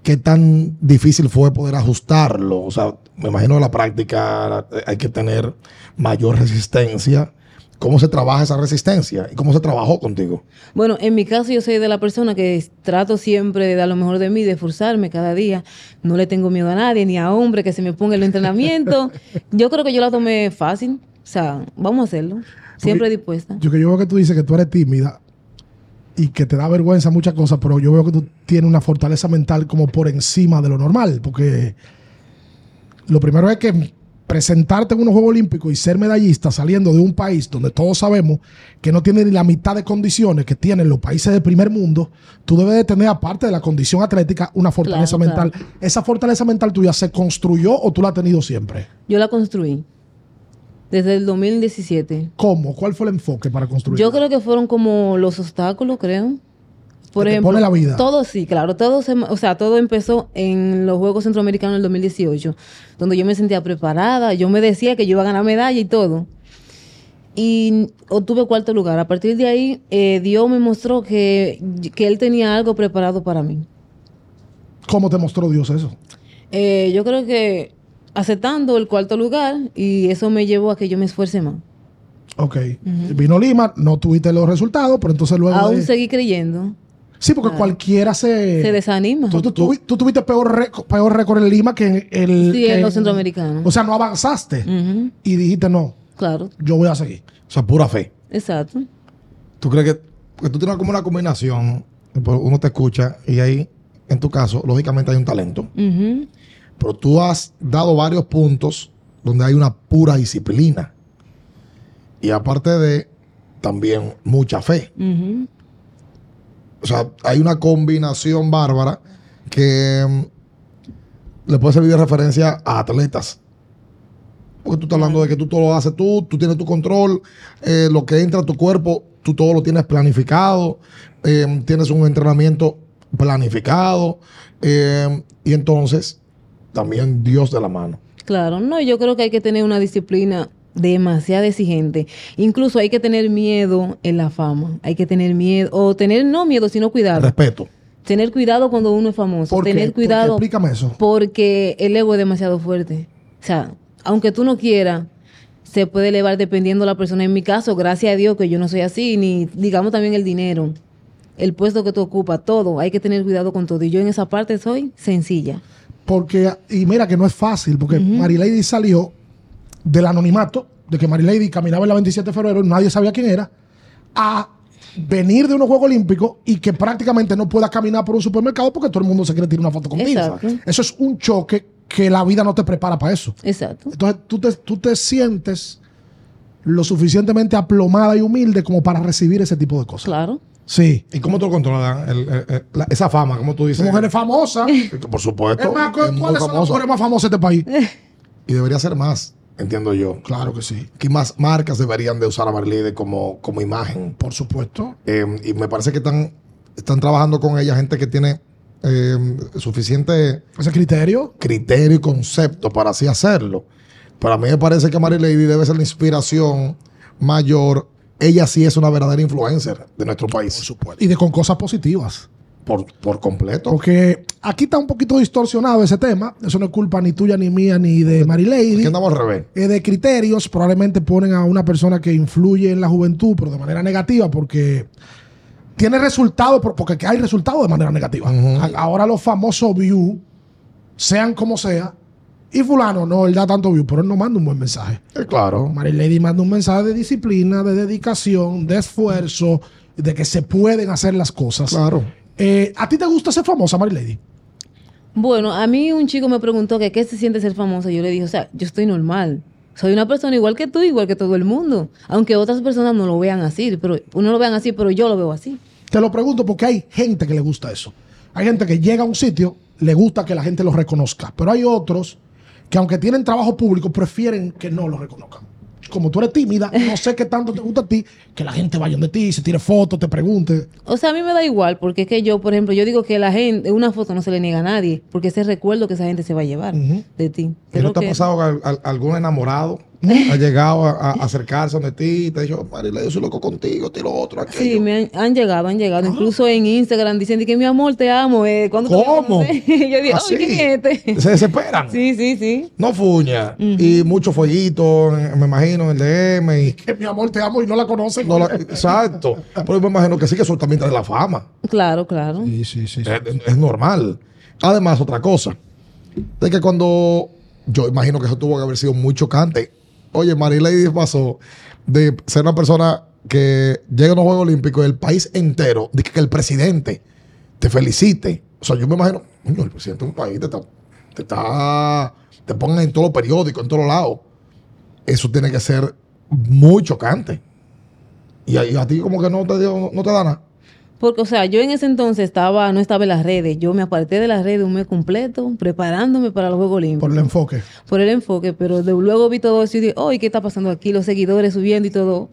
¿qué tan difícil fue poder ajustarlo? O sea, me imagino que la práctica la- hay que tener mayor resistencia. ¿Cómo se trabaja esa resistencia? ¿Y cómo se trabajó contigo? Bueno, en mi caso yo soy de la persona que es- trato siempre de dar lo mejor de mí, de esforzarme cada día. No le tengo miedo a nadie, ni a hombre que se me ponga el entrenamiento. yo creo que yo la tomé fácil. O sea, vamos a hacerlo. Siempre Porque- dispuesta. Yo que yo veo que tú dices que tú eres tímida y que te da vergüenza muchas cosas, pero yo veo que tú tienes una fortaleza mental como por encima de lo normal, porque lo primero es que presentarte en unos Juegos Olímpicos y ser medallista saliendo de un país donde todos sabemos que no tiene ni la mitad de condiciones que tienen los países del primer mundo, tú debes de tener aparte de la condición atlética una fortaleza Claro, mental. ¿Esa fortaleza mental tuya se construyó o tú la has tenido siempre? Yo la construí desde el 2017. ¿Cómo? ¿Cuál fue el enfoque para construir? Yo creo que fueron como los obstáculos, creo. Por Que te ejemplo, pone la vida. todo sí, claro, todo se- o sea, todo empezó en los Juegos Centroamericanos del 2018, donde yo me sentía preparada, yo me decía que yo iba a ganar medalla y todo. Y obtuve cuarto lugar. A partir de ahí, eh, Dios me mostró que, que Él tenía algo preparado para mí. ¿Cómo te mostró Dios eso? Eh, yo creo que aceptando el cuarto lugar y eso me llevó a que yo me esfuerce más. Ok. Vino Lima, no tuviste los resultados, pero entonces luego. Aún de- seguí creyendo. Sí, porque Claro. cualquiera se. Se desanima. eh, Tú, tú- tú- tú tuviste peor récord, peor récord en Lima que en el. Sí, que en los centroamericanos. Mm. O sea, no avanzaste Ujú, y dijiste, no, Claro, yo voy a seguir. O sea, pura fe. exacto. ¿Tú crees que, porque tú tienes como una combinación? pues, Uno te escucha y ahí, en tu caso, lógicamente hay un talento. Ujú, Pero tú has dado varios puntos donde hay una pura disciplina. Y aparte de también mucha fe. ujú. O sea, hay una combinación bárbara que mm, le puede servir de referencia a atletas. Porque tú estás hablando de que tú todo lo haces tú, tú tienes tu control, eh, lo que entra a tu cuerpo, tú todo lo tienes planificado, eh, tienes un entrenamiento planificado, eh, y entonces también Dios de la mano. Claro, no, yo creo que hay que tener una disciplina demasiado exigente. Incluso hay que tener miedo en la fama. Hay que tener miedo, o tener no miedo, sino cuidado. Respeto. Tener cuidado cuando uno es famoso. ¿Por qué? Tener ¿Por qué? cuidado Explícame eso. porque el ego es demasiado fuerte. O sea, aunque tú no quieras, se puede elevar dependiendo de la persona. En mi caso, gracias a Dios que yo no soy así, ni digamos también el dinero, el puesto que tú ocupas, todo. Hay que tener cuidado con todo. Y yo en esa parte soy sencilla. Porque, y mira que no es fácil, porque Marilady salió del anonimato, de que Marilady caminaba en la 27 de febrero y nadie sabía quién era, a venir de unos Juegos Olímpicos y que prácticamente no pueda caminar por un supermercado porque todo el mundo se quiere tirar una foto contigo. Exacto. Eso es un choque que la vida no te prepara para eso. Exacto. Entonces tú te, tú te sientes lo suficientemente aplomada y humilde como para recibir ese tipo de cosas. Claro. Sí. ¿Y cómo tú lo controlas? El- el- el- la- esa fama, como tú dices. Mujeres famosas. Por supuesto. Es más, es muy ¿cuáles son las famosa. mujeres más famosas de este país? Y debería ser más, entiendo yo. Claro que sí. ¿Qué más marcas deberían de usar a Marley como, como imagen? Por supuesto. Eh, y me parece que están, están trabajando con ella gente que tiene eh, suficiente Ese criterio. criterio y concepto para así hacerlo. Para mí me parece que Mary Lady debe ser la inspiración mayor. Ella sí es una verdadera influencer de nuestro país. Y de con cosas positivas. Por, por completo. Porque aquí está un poquito distorsionado ese tema. Eso no es culpa ni tuya, ni mía, ni de Aquí Marilady. andamos al revés. eh, de criterios, probablemente ponen a una persona que influye en la juventud, pero de manera negativa, porque tiene resultados, por- porque hay resultados de manera negativa. Ujú. A- Ahora los famosos views, sean como sea, y fulano, no, él da tanto view, pero él no manda un buen mensaje. Eh, claro. Marilady manda un mensaje de disciplina, de dedicación, de esfuerzo, de que se pueden hacer las cosas. Claro. Eh, ¿A ti te gusta ser famosa, Marilady? Bueno, a mí un chico me preguntó que qué se siente ser famosa. Yo le dije, o sea, yo estoy normal. Soy una persona igual que tú, igual que todo el mundo. Aunque otras personas no lo vean así, pero uno lo vean así, pero yo lo veo así. Te lo pregunto porque hay gente que le gusta eso. Hay gente que llega a un sitio, le gusta que la gente los reconozca. Pero hay otros que, aunque tienen trabajo público, prefieren que no los reconozcan. Como tú eres tímida, no sé qué tanto te gusta a ti, que la gente vaya donde ti, se tire fotos, te pregunte. O sea, a mí me da igual, porque es que yo, por ejemplo, yo digo que la gente, una foto no se le niega a nadie, porque ese recuerdo que esa gente se va a llevar Ujú. de ti. ¿Y no Creo te ha que- pasado que al- al- algún enamorado ha llegado a, a- a acercarse a ti y te ha dicho, Marilé, yo soy loco contigo, te lo otro, Sí, aquello? me han, han llegado, han Ah. llegado. Incluso en Instagram dicen de que mi amor te amo. Eh, ¿cuándo te voy a ¿Cómo? conocer?" yo ¿Ah, digo, Así. "Ay, ¿quién es este?" Se desesperan. sí, sí, sí. No fuña. Y mucho fueguito, en- me imagino, en el DM. y- Que mi amor te amo y no la conocen. no la- exacto. Pero yo me imagino que sí, que eso también trae la fama. Claro, claro. Sí, sí, sí. sí. Es, Eh, es normal. Además, otra cosa. De que cuando. Yo imagino que eso tuvo que haber sido muy chocante. Oye, Marilady pasó de ser una persona que llega a unos Juegos Olímpicos y el país entero, de que que el presidente te felicite. O sea, yo me imagino, coño, el presidente de un país te está. Te, está- te pongan en todos los periódicos, en todos lados. Eso tiene que ser muy chocante. Y ahí a ti, como que no te, dio- no te da nada. Porque, o sea, yo en ese entonces estaba, no estaba en las redes. Yo me aparté de las redes un mes completo, preparándome para los Juegos Olímpicos. Por el enfoque. Por el enfoque, pero de- luego vi todo eso y dije, oye, ¿qué está pasando aquí? Los seguidores subiendo y todo.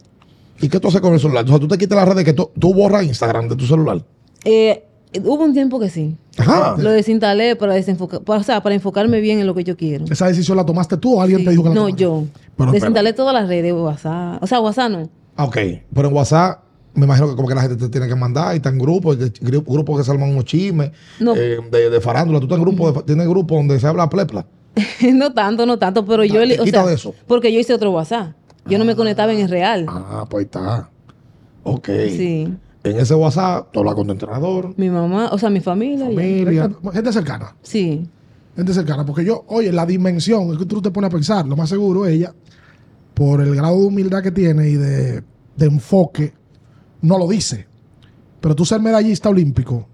¿Y qué tú haces con el celular? O sea, tú te quitas las redes que tú, tú borras Instagram de tu celular. Eh, hubo un tiempo que sí. Ajá. Lo desinstalé para desenfocar, para, o sea, para enfocarme bien en lo que yo quiero. ¿Esa decisión la tomaste tú o alguien te dijo que la no, tomara? yo. Pero, Desinstalé todas las redes, WhatsApp. O sea, WhatsApp no. Ah, Ok. Pero en WhatsApp, me imagino que como que la gente te tiene que mandar y están grupos, de- gru- grupos que se arman unos chismes No. eh, de, de farándula. Tú estás en grupos, de fa- tienes grupos donde se habla plepla. no tanto, no tanto, pero yo... Te o quita sea, de eso. Porque yo hice otro WhatsApp. Yo no me conectaba en el real. Ah, pues está. Ok. Sí. En ese WhatsApp, tú hablas con tu entrenador, Mi mamá, o sea, mi familia. y- Familia, gente cercana. Sí. Gente cercana. Porque yo, oye, la dimensión, es que tú te pones a pensar, lo más seguro, ella, por el grado de humildad que tiene y de, de enfoque, no lo dice. Pero tú ser medallista olímpico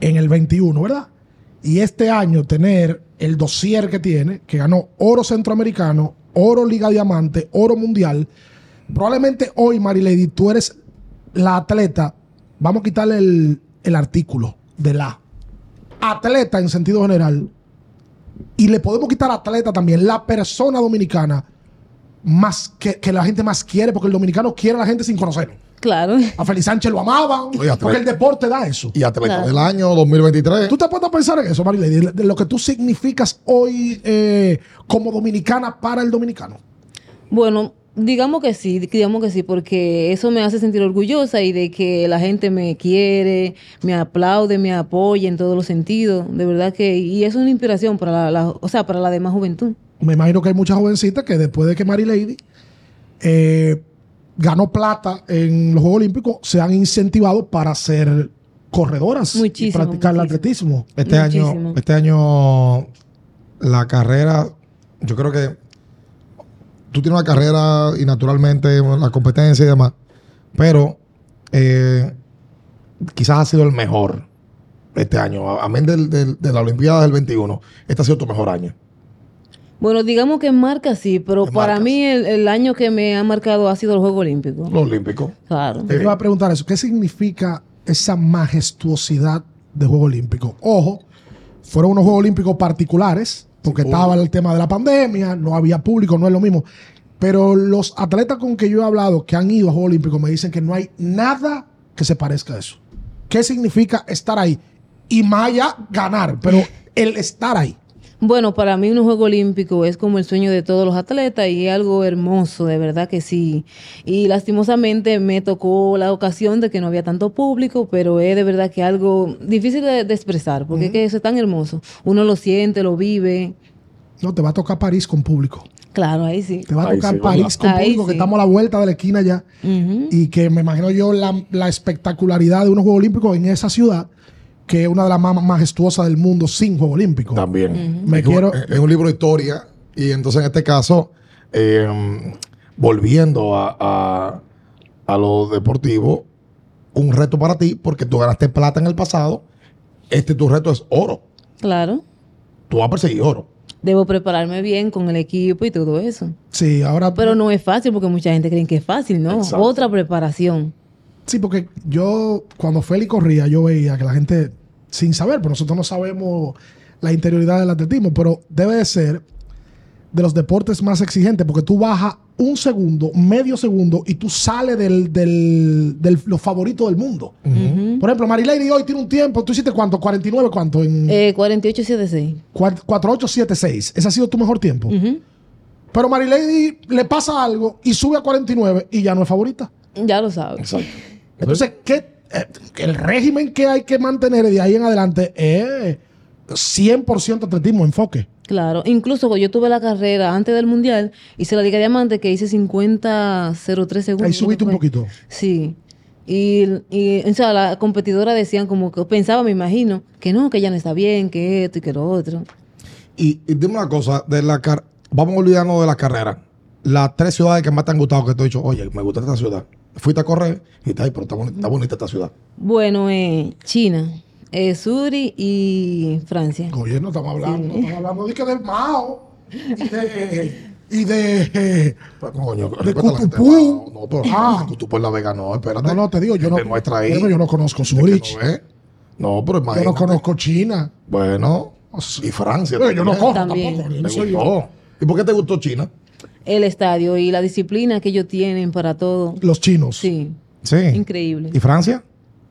en el 21, ¿verdad? Y este año tener el dossier que tiene, que ganó oro centroamericano, oro Liga Diamante, oro mundial. Probablemente hoy, Marilady, tú eres la atleta. Vamos a quitarle el, el artículo de la atleta en sentido general. Y le podemos quitar atleta también, la persona dominicana más que, que la gente más quiere, porque el dominicano quiere a la gente sin conocerlo. Claro. A Félix Sánchez lo amaban, Oye, atleta. porque el deporte da eso. y atleta Claro. del año 2023. ¿Tú te has puesto a pensar en eso, Marilady? De lo que tú significas hoy eh, como dominicana para el dominicano. Bueno, digamos que sí, digamos que sí, porque eso me hace sentir orgullosa y de que la gente me quiere, me aplaude, me apoya en todos los sentidos. De verdad que, y eso es una inspiración para la, la- o sea, para la demás juventud. Me imagino que hay muchas jovencitas que después de que Marilady eh, ganó plata en los Juegos Olímpicos, se han incentivado para ser corredoras y Muchísimo, practicar el muchísimo. atletismo. Este año, Muchísimo. este año la carrera, yo creo que tú tienes una carrera y naturalmente bueno, la competencia y demás, pero eh, Quizás ha sido el mejor este año. A- Amén del- del- de la Olimpiada del 21. Este ha sido tu mejor año. Bueno, digamos que marca sí, pero En para marcas. mí el, el año que me ha marcado ha sido el Juego Olímpico. Los Olímpicos. Claro. Te iba a preguntar eso. ¿Qué significa esa majestuosidad de Juegos Olímpicos? Ojo, fueron unos Juegos Olímpicos particulares, porque Sí, estaba el tema de la pandemia, no había público, no es lo mismo. Pero los atletas con que yo he hablado que han ido a Juegos Olímpicos me dicen que no hay nada que se parezca a eso. ¿Qué significa estar ahí? Y más allá, ganar, pero el estar ahí. Bueno, para mí un juego olímpico es como el sueño de todos los atletas y es algo hermoso, de verdad que sí. Y lastimosamente me tocó la ocasión de que no había tanto público, pero es de verdad que algo difícil de, de expresar, porque es que eso es tan hermoso. Uno lo siente, lo vive. No, te va a tocar París con público. Claro, ahí sí. Te va a Ahí tocar sí, ¿verdad? París con Ahí público, que sí. estamos a la vuelta de la esquina ya. Ujú. y que me imagino yo la, la espectacularidad de unos Juegos Olímpicos en esa ciudad, que es una de las más majestuosas del mundo sin Juegos Olímpicos. También. Me Es un- quiero- Es un libro de historia. Y entonces, en este caso, eh, volviendo a, a, a lo deportivo, un reto para ti, porque tú ganaste plata en el pasado. Este tu reto es oro. Claro. Tú vas a perseguir oro. Debo prepararme bien con el equipo y todo eso. Sí, ahora. Pero no es fácil porque mucha gente cree que es fácil, ¿no? Exacto. Otra preparación. Sí, porque yo, cuando Félix corría, yo veía que la gente, sin saber, pero nosotros no sabemos la interioridad del atletismo, pero debe de ser de los deportes más exigentes, porque tú bajas un segundo, medio segundo, y tú sales del, del, del- lo favorito del mundo. Ujú. Por ejemplo, Marilady hoy tiene un tiempo, ¿tú hiciste cuánto? ¿49 cuánto? En... Eh, 4876. 4876. Ese ha sido tu mejor tiempo. Ujú. Pero Marilady le pasa algo y sube a 49 y ya no es favorita. Ya lo sabes. Exacto. Entonces, ¿qué, eh, el régimen que hay que mantener de ahí en adelante es 100% atletismo, enfoque. Claro, incluso cuando yo tuve la carrera antes del mundial, hice la Liga Diamante que hice 50.03 segundos. Ahí subiste un creo que poquito. fue. Sí. Y, y, o sea, la competidora decían como que pensaba, me imagino, que no, que ella no está bien, que esto y que lo otro. Y, y dime una cosa, de la car- vamos a olvidarnos de la carrera. Las tres ciudades que más te han gustado, que te he dicho, oye, me gusta esta ciudad. Fuiste a correr y está ahí, pero está bonita, está bonita esta ciudad. Bueno, eh, China, eh, Suri y Francia. Oye, no estamos hablando, no estamos hablando de que del Mao y de. Y de Pero, coño, De respeta a la gente. Cutupú. No, no, pero Ah. Cutupú es la Vega, no, espérate. no, no, te digo, yo Este no, Te muestra ahí. Bueno, yo no conozco Es que Zurich, no, es. No, pero yo imagínate. no conozco China. Bueno, y Francia. Bueno, eh, yo no cojo también. También. tampoco. yo no Me soy- gustó. ¿Y por qué te gustó China? El estadio y la disciplina que ellos tienen para todo. Los chinos. Sí, Sí. increíble. ¿Y Francia?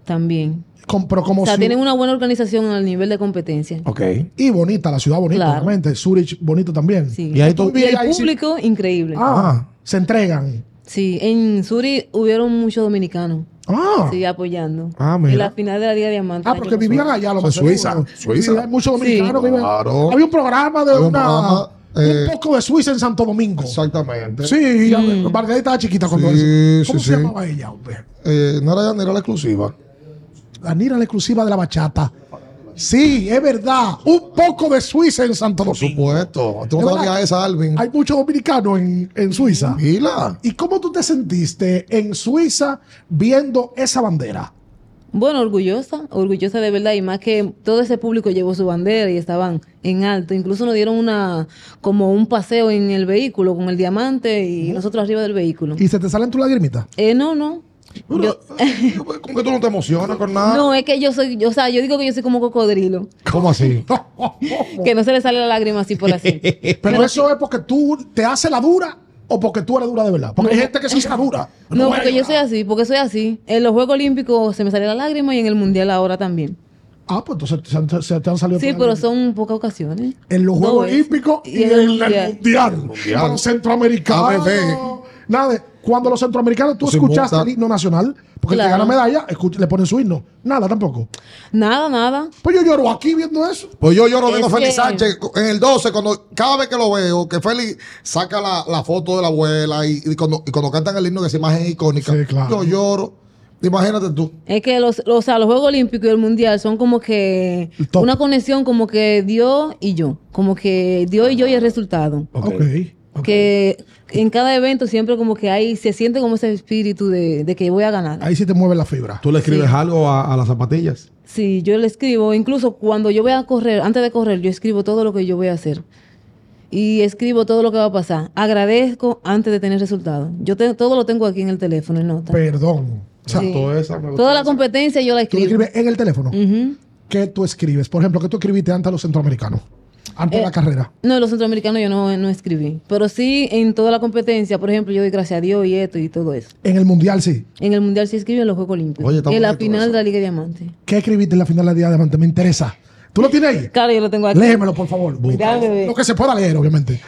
También. Com- pero como O sea, si- tienen una buena organización al nivel de competencia. Ok. Y bonita, la ciudad bonita, Claro. obviamente. Zurich bonito también. Sí. Y ahí Tú tú. Y el vivías ahí, sí. público, increíble. Ah, Ah. se entregan. Sí, en Suri hubieron muchos dominicanos. Ah, Sí, apoyando. Ah, mira. en la final de la Liga Diamante. ah el porque año pasado. vivían allá los En Suiza, Suiza. Hay muchos dominicanos Sí. que viven- Claro. Había un programa de Había un una- programa, eh, un poco de Suiza en Santo Domingo. Exactamente. Sí, ya- Margarita estaba chiquita cuando Sí, eso. ¿Cómo sí, se sí. llamaba ella, hombre? Eh, No era ya, era la exclusiva. Danira la exclusiva de la bachata. Sí, es verdad. Un poco de Suiza en Santo Por Domingo. supuesto. ¿Tú Es no verdad. sabías esa, Alvin? Hay muchos dominicanos en, en Suiza. Pila. ¿Y cómo tú te sentiste en Suiza viendo esa bandera? Bueno, orgullosa, orgullosa de verdad y más que todo ese público llevó su bandera y estaban en alto. Incluso nos dieron una como un paseo en el vehículo con el diamante y nosotros arriba del vehículo. ¿Y se te salen tus lagrimitas? Eh, no, no. Yo- eh, pues, ¿Cómo que tú no te emocionas con Ah. nada? no, es que yo soy, yo- o sea, yo digo que yo soy como cocodrilo, ¿Cómo así? Oh. que no se le sale la lágrima así por así. Pero eso es porque tú te haces la dura o porque tú eres dura de verdad. Porque hay gente que se hace la dura. No, porque yo soy así, porque soy así. En los Juegos Olímpicos se me sale la lágrima y en el Mundial ahora también. Ah, pues entonces se, han- se te han salido Sí, tus pero lagrimitas. son pocas ocasiones. En los Juegos Dos veces. Olímpicos y, Y en en el el Mundial. Mundial. Mundial. Para los centroamericanos. ABB. Nada, de- cuando los centroamericanos tú Se escuchaste monta. el himno nacional, porque el que gana Claro. medalla escucha- le ponen su himno. Nada tampoco. Nada, nada. Pues yo lloro aquí viendo eso. Pues yo lloro viendo a Es Félix que- Sánchez en el 12, cuando cada vez que lo veo, que Félix saca la, la foto de la abuela y, y cuando, y cuando cantan el himno, que esa imagen es icónica, Sí, claro. yo lloro. Imagínate tú. Es que los, los- o sea, los Juegos Olímpicos y el Mundial son como que El top. una conexión como que Dios y yo, como que Dios y yo y el resultado. Ok. Que en cada evento siempre como que hay, se siente como ese espíritu de, de que voy a ganar. Ahí sí te mueve la fibra. ¿Tú le escribes algo a, las zapatillas? Sí, yo le escribo, incluso cuando yo voy a correr, antes de correr, yo escribo todo lo que yo voy a hacer. Y escribo todo lo que va a pasar. Agradezco antes de tener resultado. Yo te- todo lo tengo aquí en el teléfono, en nota. Perdón. Pues, O sea, Sí. Mm. Toda esa me gusta. Toda la competencia yo la tú lo escribo. escribes en el teléfono. Ujú. ¿Qué tú escribes? Por ejemplo, ¿qué tú escribiste antes a los centroamericanos? Antes de Eh, la carrera. No, los centroamericanos yo no, no escribí. Pero sí en toda la competencia, por ejemplo, yo doy gracias a Dios y esto y todo eso. En el Mundial sí. En el Mundial sí escribí en los Juegos Olímpicos. Oye, está y en la bonito final eso. de la Liga Diamante. ¿Qué escribiste en la final de Día de Diamante? Me interesa. ¿Tú lo tienes ahí? Claro, yo lo tengo aquí. Léemelo, por favor. Dame, bebé. Lo que se pueda leer, obviamente.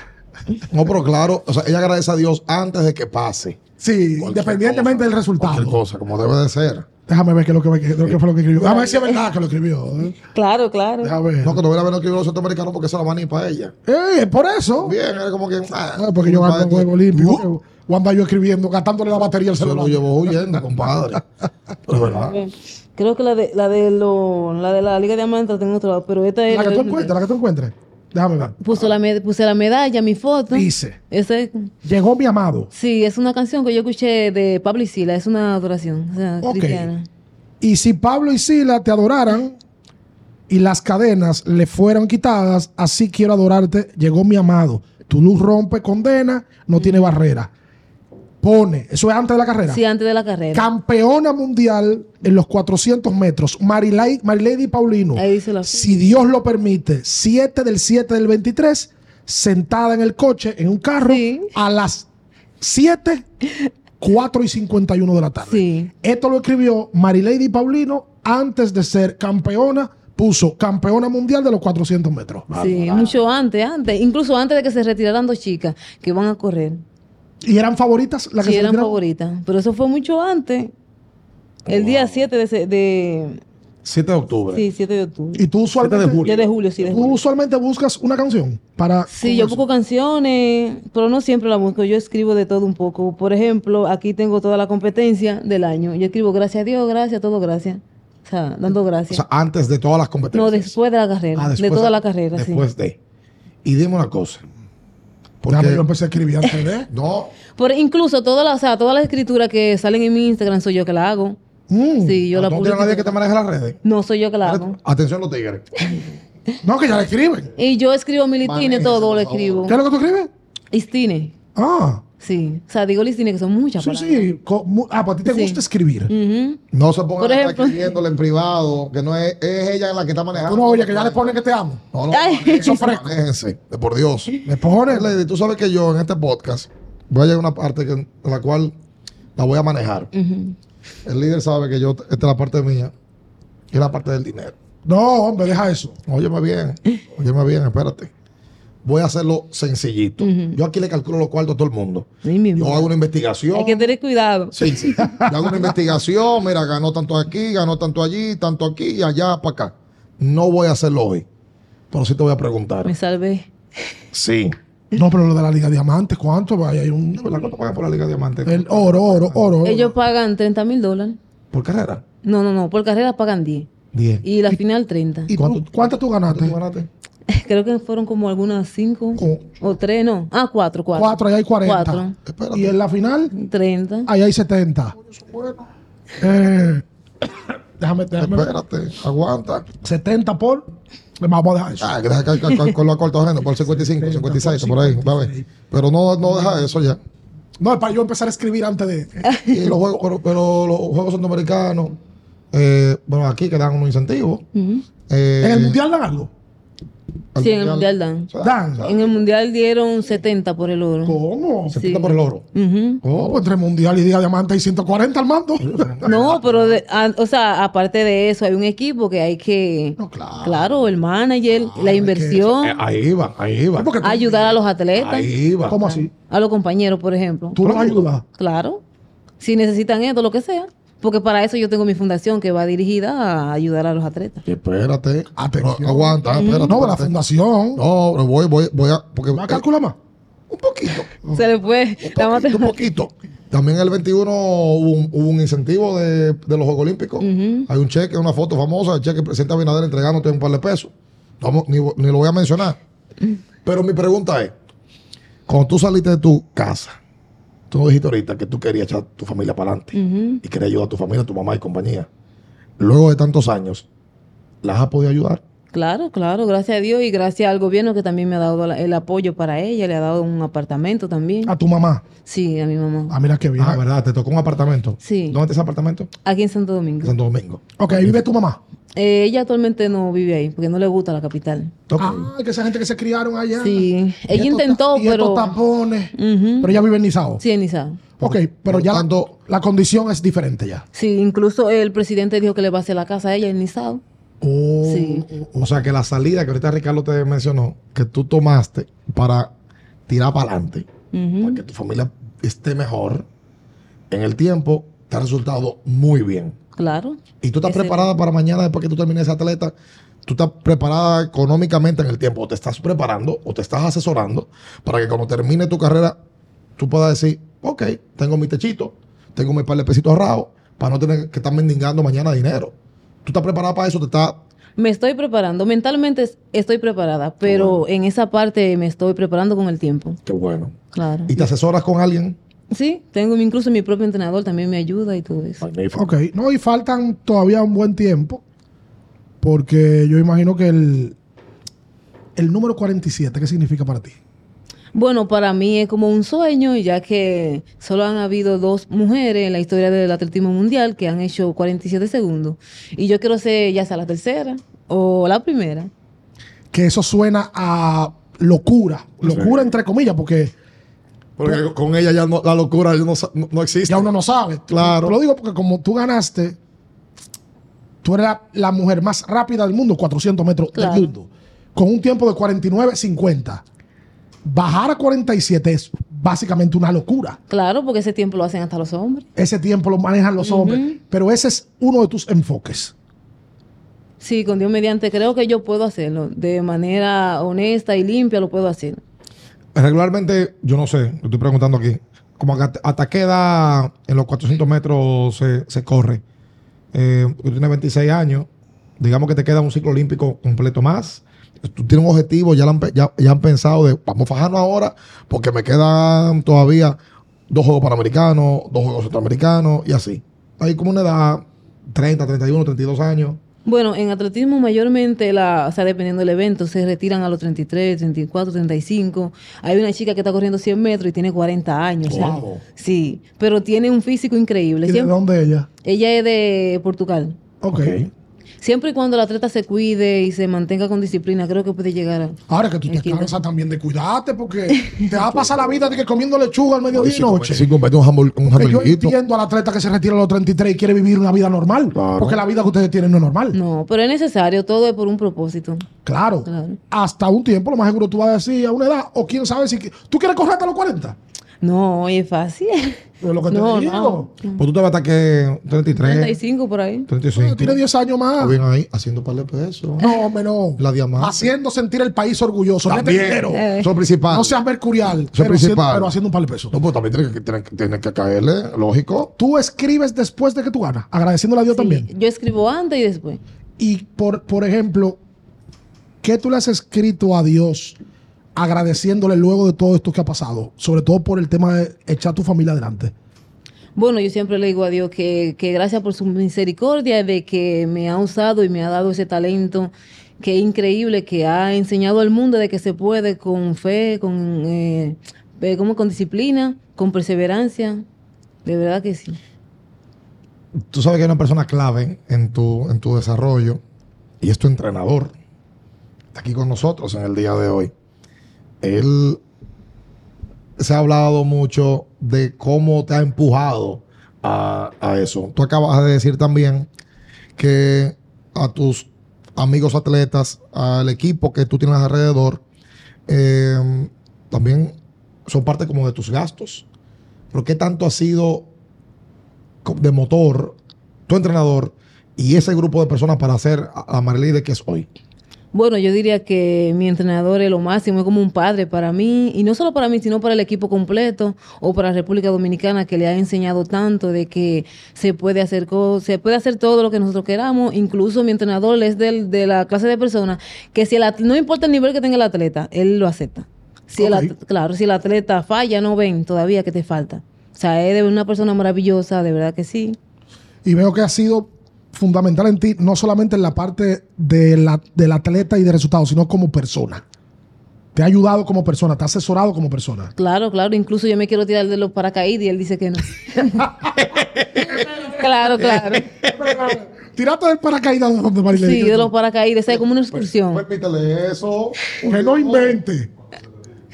No, pero claro, o sea, ella agradece a Dios antes de que pase. Sí, Cualquier independientemente cosa, del resultado. Cualquier cosa, como debe de ser. Déjame ver qué, es lo que, qué es lo que fue lo que escribió. Déjame ver si es verdad que lo escribió. ¿eh? Claro, claro. Déjame ver. No, que no hubiera venido que yo los centroamericanos porque se la maní para ella. Eh, por eso. Bien, era como que. ah, Ah, porque yo gano compadre, un juego olímpico. O anda yo escribiendo, gastándole la batería al Uh. Se lo celular. llevó huyendo, compadre. Pero es verdad. Creo que la de la de, lo- la, de la Liga Diamante la tengo en otro lado, pero esta es... La que tú encuentres, la que tú encuentres. Déjame ver. Puso la med- puse la medalla, mi foto. Dice. Ese- Llegó mi amado. sí, es una canción que yo escuché de Pablo Isila, es una adoración o sea, Ok. cristiana. Y si Pablo y Sila te adoraran y las cadenas le fueran quitadas, así quiero adorarte, llegó mi amado. Tu luz rompe condena, no tiene barrera. Pone, eso es antes de la carrera. Sí, antes de la carrera. Campeona mundial en los 400 metros, Marilady, Marilady Paulino. Ahí dice la Si Dios lo permite, 7 del 7 del 23, sentada en el coche, en un carro, Sí. a las 7, 4 y 51 de la tarde. Sí. Esto lo escribió Marilady Paulino antes de ser campeona, puso campeona mundial de los 400 metros. Sí, mucho antes, antes. Incluso antes de que se retiraran dos chicas que van a correr. ¿Y eran favoritas las que Sí, se eran retiraron? favoritas. Pero eso fue mucho antes. El día 7 de, se- de... 7 de octubre. Sí, 7 de octubre. Y tú usualmente, Siete de Ya de julio, sí, de tú julio. usualmente buscas una canción para... Sí, yo busco canciones, pero no siempre la busco. Yo escribo de todo un poco. Por ejemplo, aquí tengo toda la competencia del año. Yo escribo gracias a Dios, gracias, todo gracias. O sea, dando O gracias. sea, antes de todas las no, competencias. después de la carrera. Ah, de después- toda la carrera, Después sí. de. Y dime una cosa. Déjame, yo Porque. empecé a escribir antes de... No, Por, incluso toda la, o sea, todas las escrituras que salen en mi Instagram soy yo que la hago. Mm. Sí, yo la no tiene publico. nadie que te maneje las redes. No, soy yo que la hago. Atención, los tigres. No, que ya la escriben. Y yo escribo militine, Manéjese, todo por lo favor. escribo. ¿Qué es lo que tú escribes? Istine, Ah, sí. O sea, digo listine, que son muchas. sí, palabras. sí. co- mu- Ah, pues a ti te Sí. Mm. gusta escribir. Ujú. No se pongan Por a estar ejemplo. escribiéndole en privado, que no es, es ella la que está manejando. Tú no oye que ya le ponen que te amo. No, no. Ay. Eso Manéjense, de por Dios. Le ponen... Lady, tú sabes que yo en este podcast voy a llegar a una parte que, en la cual la voy a manejar. Ujú. El líder sabe que yo, esta es la parte mía, y es la parte del dinero. No, hombre, deja eso. Óyeme bien, óyeme bien, espérate. voy a hacerlo sencillito. Ujú. Yo aquí le calculo los cuartos a todo el mundo. Sí, mi Yo amor. hago una investigación. Hay que tener cuidado. Sí, sí. Yo hago una investigación, mira, ganó tanto aquí, ganó tanto allí, tanto aquí y allá para acá. No voy a hacerlo hoy, pero sí te voy a preguntar. Me salvé. Sí. No, pero lo de la Liga Diamantes, ¿cuánto? Vaya, Hay un, ¿Cuánto pagas por la Liga Diamante? el oro, oro, oro. Ellos pagan 30 mil dólares. ¿Por carrera? No, no, no. Por carrera pagan 10. 10. Y la final 30. ¿Y cuánto, cuánto tú ganaste? ¿Tú ganaste? Creo que fueron como algunas 5 Con- o 3, no. Ah, 4, 4. Oh. Cuatro, ahí hay 40. Cuatro. Espérate. Y en la final, 30. ahí hay 70. Eh, déjame, déjame. ver. Espérate, aguanta. 70 por. Vamos a dejar eso. Ah, que deja que- que- que- con lo corto gente, por 55, 56, por ahí, va a ver. Pero no, no deja eso ya. No, es para yo empezar a escribir antes de. Y los juegos, pero, pero los juegos centroamericanos, eh, bueno, aquí que dan unos incentivos. Ujú. Eh, ¿En el mundial dan algo? Ah, al Sí, en el mundial dan. O sea, Dan. o sea, En el mundial dieron 70 por el oro. ¿Cómo? se pinta por el oro. Ujú. Oh, pues entre mundial y Día Diamante hay 140 al mando. Ah, No, pero, de- a- o sea, aparte de eso, hay un equipo que hay que, No, claro. Ah, claro, el manager, la inversión, Eh, ahí va, ahí va. Porque tú- ayudar a los atletas, Ahí va. ¿Cómo así? a los compañeros, por ejemplo. ¿Tú los ayudas? Claro, si necesitan esto, lo que sea. Porque para eso yo tengo mi fundación que va dirigida a ayudar a los atletas. Espérate. Atención. No, aguanta, No, espérate. la espérate. fundación. No, pero voy, voy, voy a. Porque, eh, ¿Va a calcular más? un poquito. Se le fue la Un poquito, un matemática. poquito. También el 21 hubo un, hubo un incentivo de, de los Juegos Olímpicos. Ujú. Hay un cheque, una foto famosa, el cheque del presidente Abinader entregándote un par de pesos. No, mo- ni, vo- ni lo voy a mencionar. Pero mi pregunta es, cuando tú saliste de tu casa, tú nos dijiste ahorita que tú querías echar tu familia para adelante Ujú. y querías ayudar a tu familia, a tu mamá y compañía. Luego de tantos años, ¿las has podido ayudar? Claro, claro, gracias a Dios y gracias al gobierno que también me ha dado la- el apoyo para ella, le ha dado un apartamento también. A tu mamá. Sí, a mi mamá. Ah, mira qué bien. Ah, verdad, te tocó un apartamento. Sí. ¿Dónde está ese apartamento? Aquí en Santo En Domingo. Santo Domingo. Ok, ahí vive tu mamá. Eh, ella actualmente no vive ahí porque no le gusta la capital. Ok. Ah, que esa gente que se criaron allá. Sí, Ah. Y ella estos ta- intentó, y estos pero. tapones. Ujú. Pero ella vive en Nizao. Sí, en Izao. Ok, pero Por ya la, tanto- la condición es diferente ya. Sí, incluso el presidente dijo que le va a hacer la casa a ella en Nizao. Oh, Sí. O sea, que la salida que ahorita Ricardo te mencionó, Que tú tomaste para tirar para adelante. Ujú. para que tu familia esté mejor en el tiempo, te ha resultado muy bien. Claro. Y tú estás Excelente. preparada para mañana, después que tú termines ese atleta, tú estás preparada económicamente en el tiempo, o te estás preparando, o te estás asesorando, para que cuando termine tu carrera, tú puedas decir, ok, tengo mi techito, tengo mi par de pesitos ahorrados, para no tener que estar mendigando mañana dinero. Tú estás preparada para eso, te estás... Me estoy preparando. Mentalmente es- estoy preparada, pero en esa parte me estoy preparando con el tiempo. Qué bueno. Claro. Y te asesoras con alguien. Sí, tengo incluso mi propio entrenador también me ayuda y todo eso. Magnífico. Ok, no, y faltan todavía un buen tiempo. Porque yo imagino que el, el número 47, ¿qué significa para ti? Bueno, para mí es como un sueño, ya que solo han habido dos mujeres en la historia del atletismo mundial que han hecho 47 segundos. Y yo quiero ser ya sea la tercera o la primera. Que eso suena a locura. Locura entre comillas, porque Porque con ella ya no- la locura ya no, sa- no- no existe. ya uno no sabe. Tú- Claro. Te lo digo porque como tú ganaste, tú eres la, la mujer más rápida del mundo, 400 metros Claro. del mundo, con un tiempo de 49.50. Bajar a 47 es básicamente una locura. Claro, porque ese tiempo lo hacen hasta los hombres. Ese tiempo lo manejan los hombres, pero ese es uno de tus enfoques. Sí, con Dios mediante, creo que yo puedo hacerlo. De manera honesta y limpia lo puedo hacer. regularmente, yo no sé, lo estoy preguntando aquí, como que hasta, hasta qué edad en los 400 metros se, se corre. Eh, tú tienes 26 años, digamos que te queda un ciclo olímpico completo más. tú tienes un objetivo, ya, lo han, pe- ya, ya han pensado de vamos a fajarnos ahora porque me quedan todavía dos juegos panamericanos, dos juegos centroamericanos y así. Hay como una edad 30, 31, 32 años. Bueno, en atletismo mayormente, la, o sea, dependiendo del evento, se retiran a los 33, 34, 35. Hay una chica que está corriendo 100 metros y tiene 40 años. o sea, Wow. sí, pero tiene un físico increíble. ¿Y de Siempre- dónde ella? Ella es de Portugal. Ok. Ok. Siempre y cuando el atleta se cuide y se mantenga con disciplina, creo que puede llegar a... Ahora que tú te El quinto. cansas también de cuidarte porque te vas a pasar la vida de que comiendo lechuga al mediodía y Sí, come- noche. sí, compete un hamburg- un Que yo hamburguito. entiendo al atleta que se retira a los 33 y quiere vivir una vida normal. Claro. Porque la vida que ustedes tienen no es normal. No, pero es necesario, todo es por un propósito. Claro. Claro. Hasta un tiempo, lo más seguro tú vas a decir a una edad, o quién sabe si. que- ¿Tú quieres correr hasta los 40? No, oye, es fácil. Pero lo que te No, digo. no. Pues tú te vas hasta que 33, 35 por ahí. 35. Tiene 10 años más. O bien ahí, haciendo par de pesos. No, hombre, no. La diamante. Haciendo sentir el país orgulloso. Vete También. entero. Eh. Son principales. No seas mercurial, Eso es pero haciendo, principal. pero haciendo un par de pesos. No, pues también tiene que, tiene que- tiene que caerle, lógico. Tú escribes después de que tú ganas, agradeciéndole a Dios también. Sí, yo escribo antes y después. Y por, por ejemplo, ¿qué tú le has escrito a Dios agradeciéndole luego de todo esto que ha pasado? Sobre todo por el tema de echar a tu familia adelante. Bueno, yo siempre le digo a Dios que, que gracias por su misericordia de que me ha usado y me ha dado ese talento que es increíble, que ha enseñado al mundo de que se puede con fe, con, eh, eh, ¿cómo? con disciplina, con perseverancia. De verdad que sí. Tú sabes que hay una persona clave en tu, en tu desarrollo y es tu entrenador. Está aquí con nosotros en el día de hoy. Él se ha hablado mucho de cómo te ha empujado a, a eso. Tú acabas de decir también que a tus amigos atletas, al equipo que tú tienes alrededor, eh, también son parte como de tus gastos. ¿Pero qué tanto ha sido co- de motor, tu entrenador y ese grupo de personas para hacer a a Marley de que es hoy? Bueno, yo diría que mi entrenador es lo máximo, es como un padre para mí, y no solo para mí, sino para el equipo completo o para República Dominicana que le ha enseñado tanto de que se puede hacer co- se puede hacer todo lo que nosotros queramos, incluso mi entrenador es del, de la clase de personas que si el at- no importa el nivel que tenga el atleta, él lo acepta. Si el Ok. at- claro, si el atleta falla, no ven todavía que te falta. O sea, es de una persona maravillosa, de verdad que sí. Y veo que ha sido fundamental en ti, no solamente en la parte de la- del atleta y de resultados, sino como persona. Te ha ayudado como persona, te ha asesorado como persona. Claro, claro, incluso yo me quiero tirar de los paracaídas y él dice que no. claro, claro. Tirate del paracaídas donde Marilyn. Sí, de los paracaídas, es Pues, como una excursión. Permítale eso. Que Ah, no invente.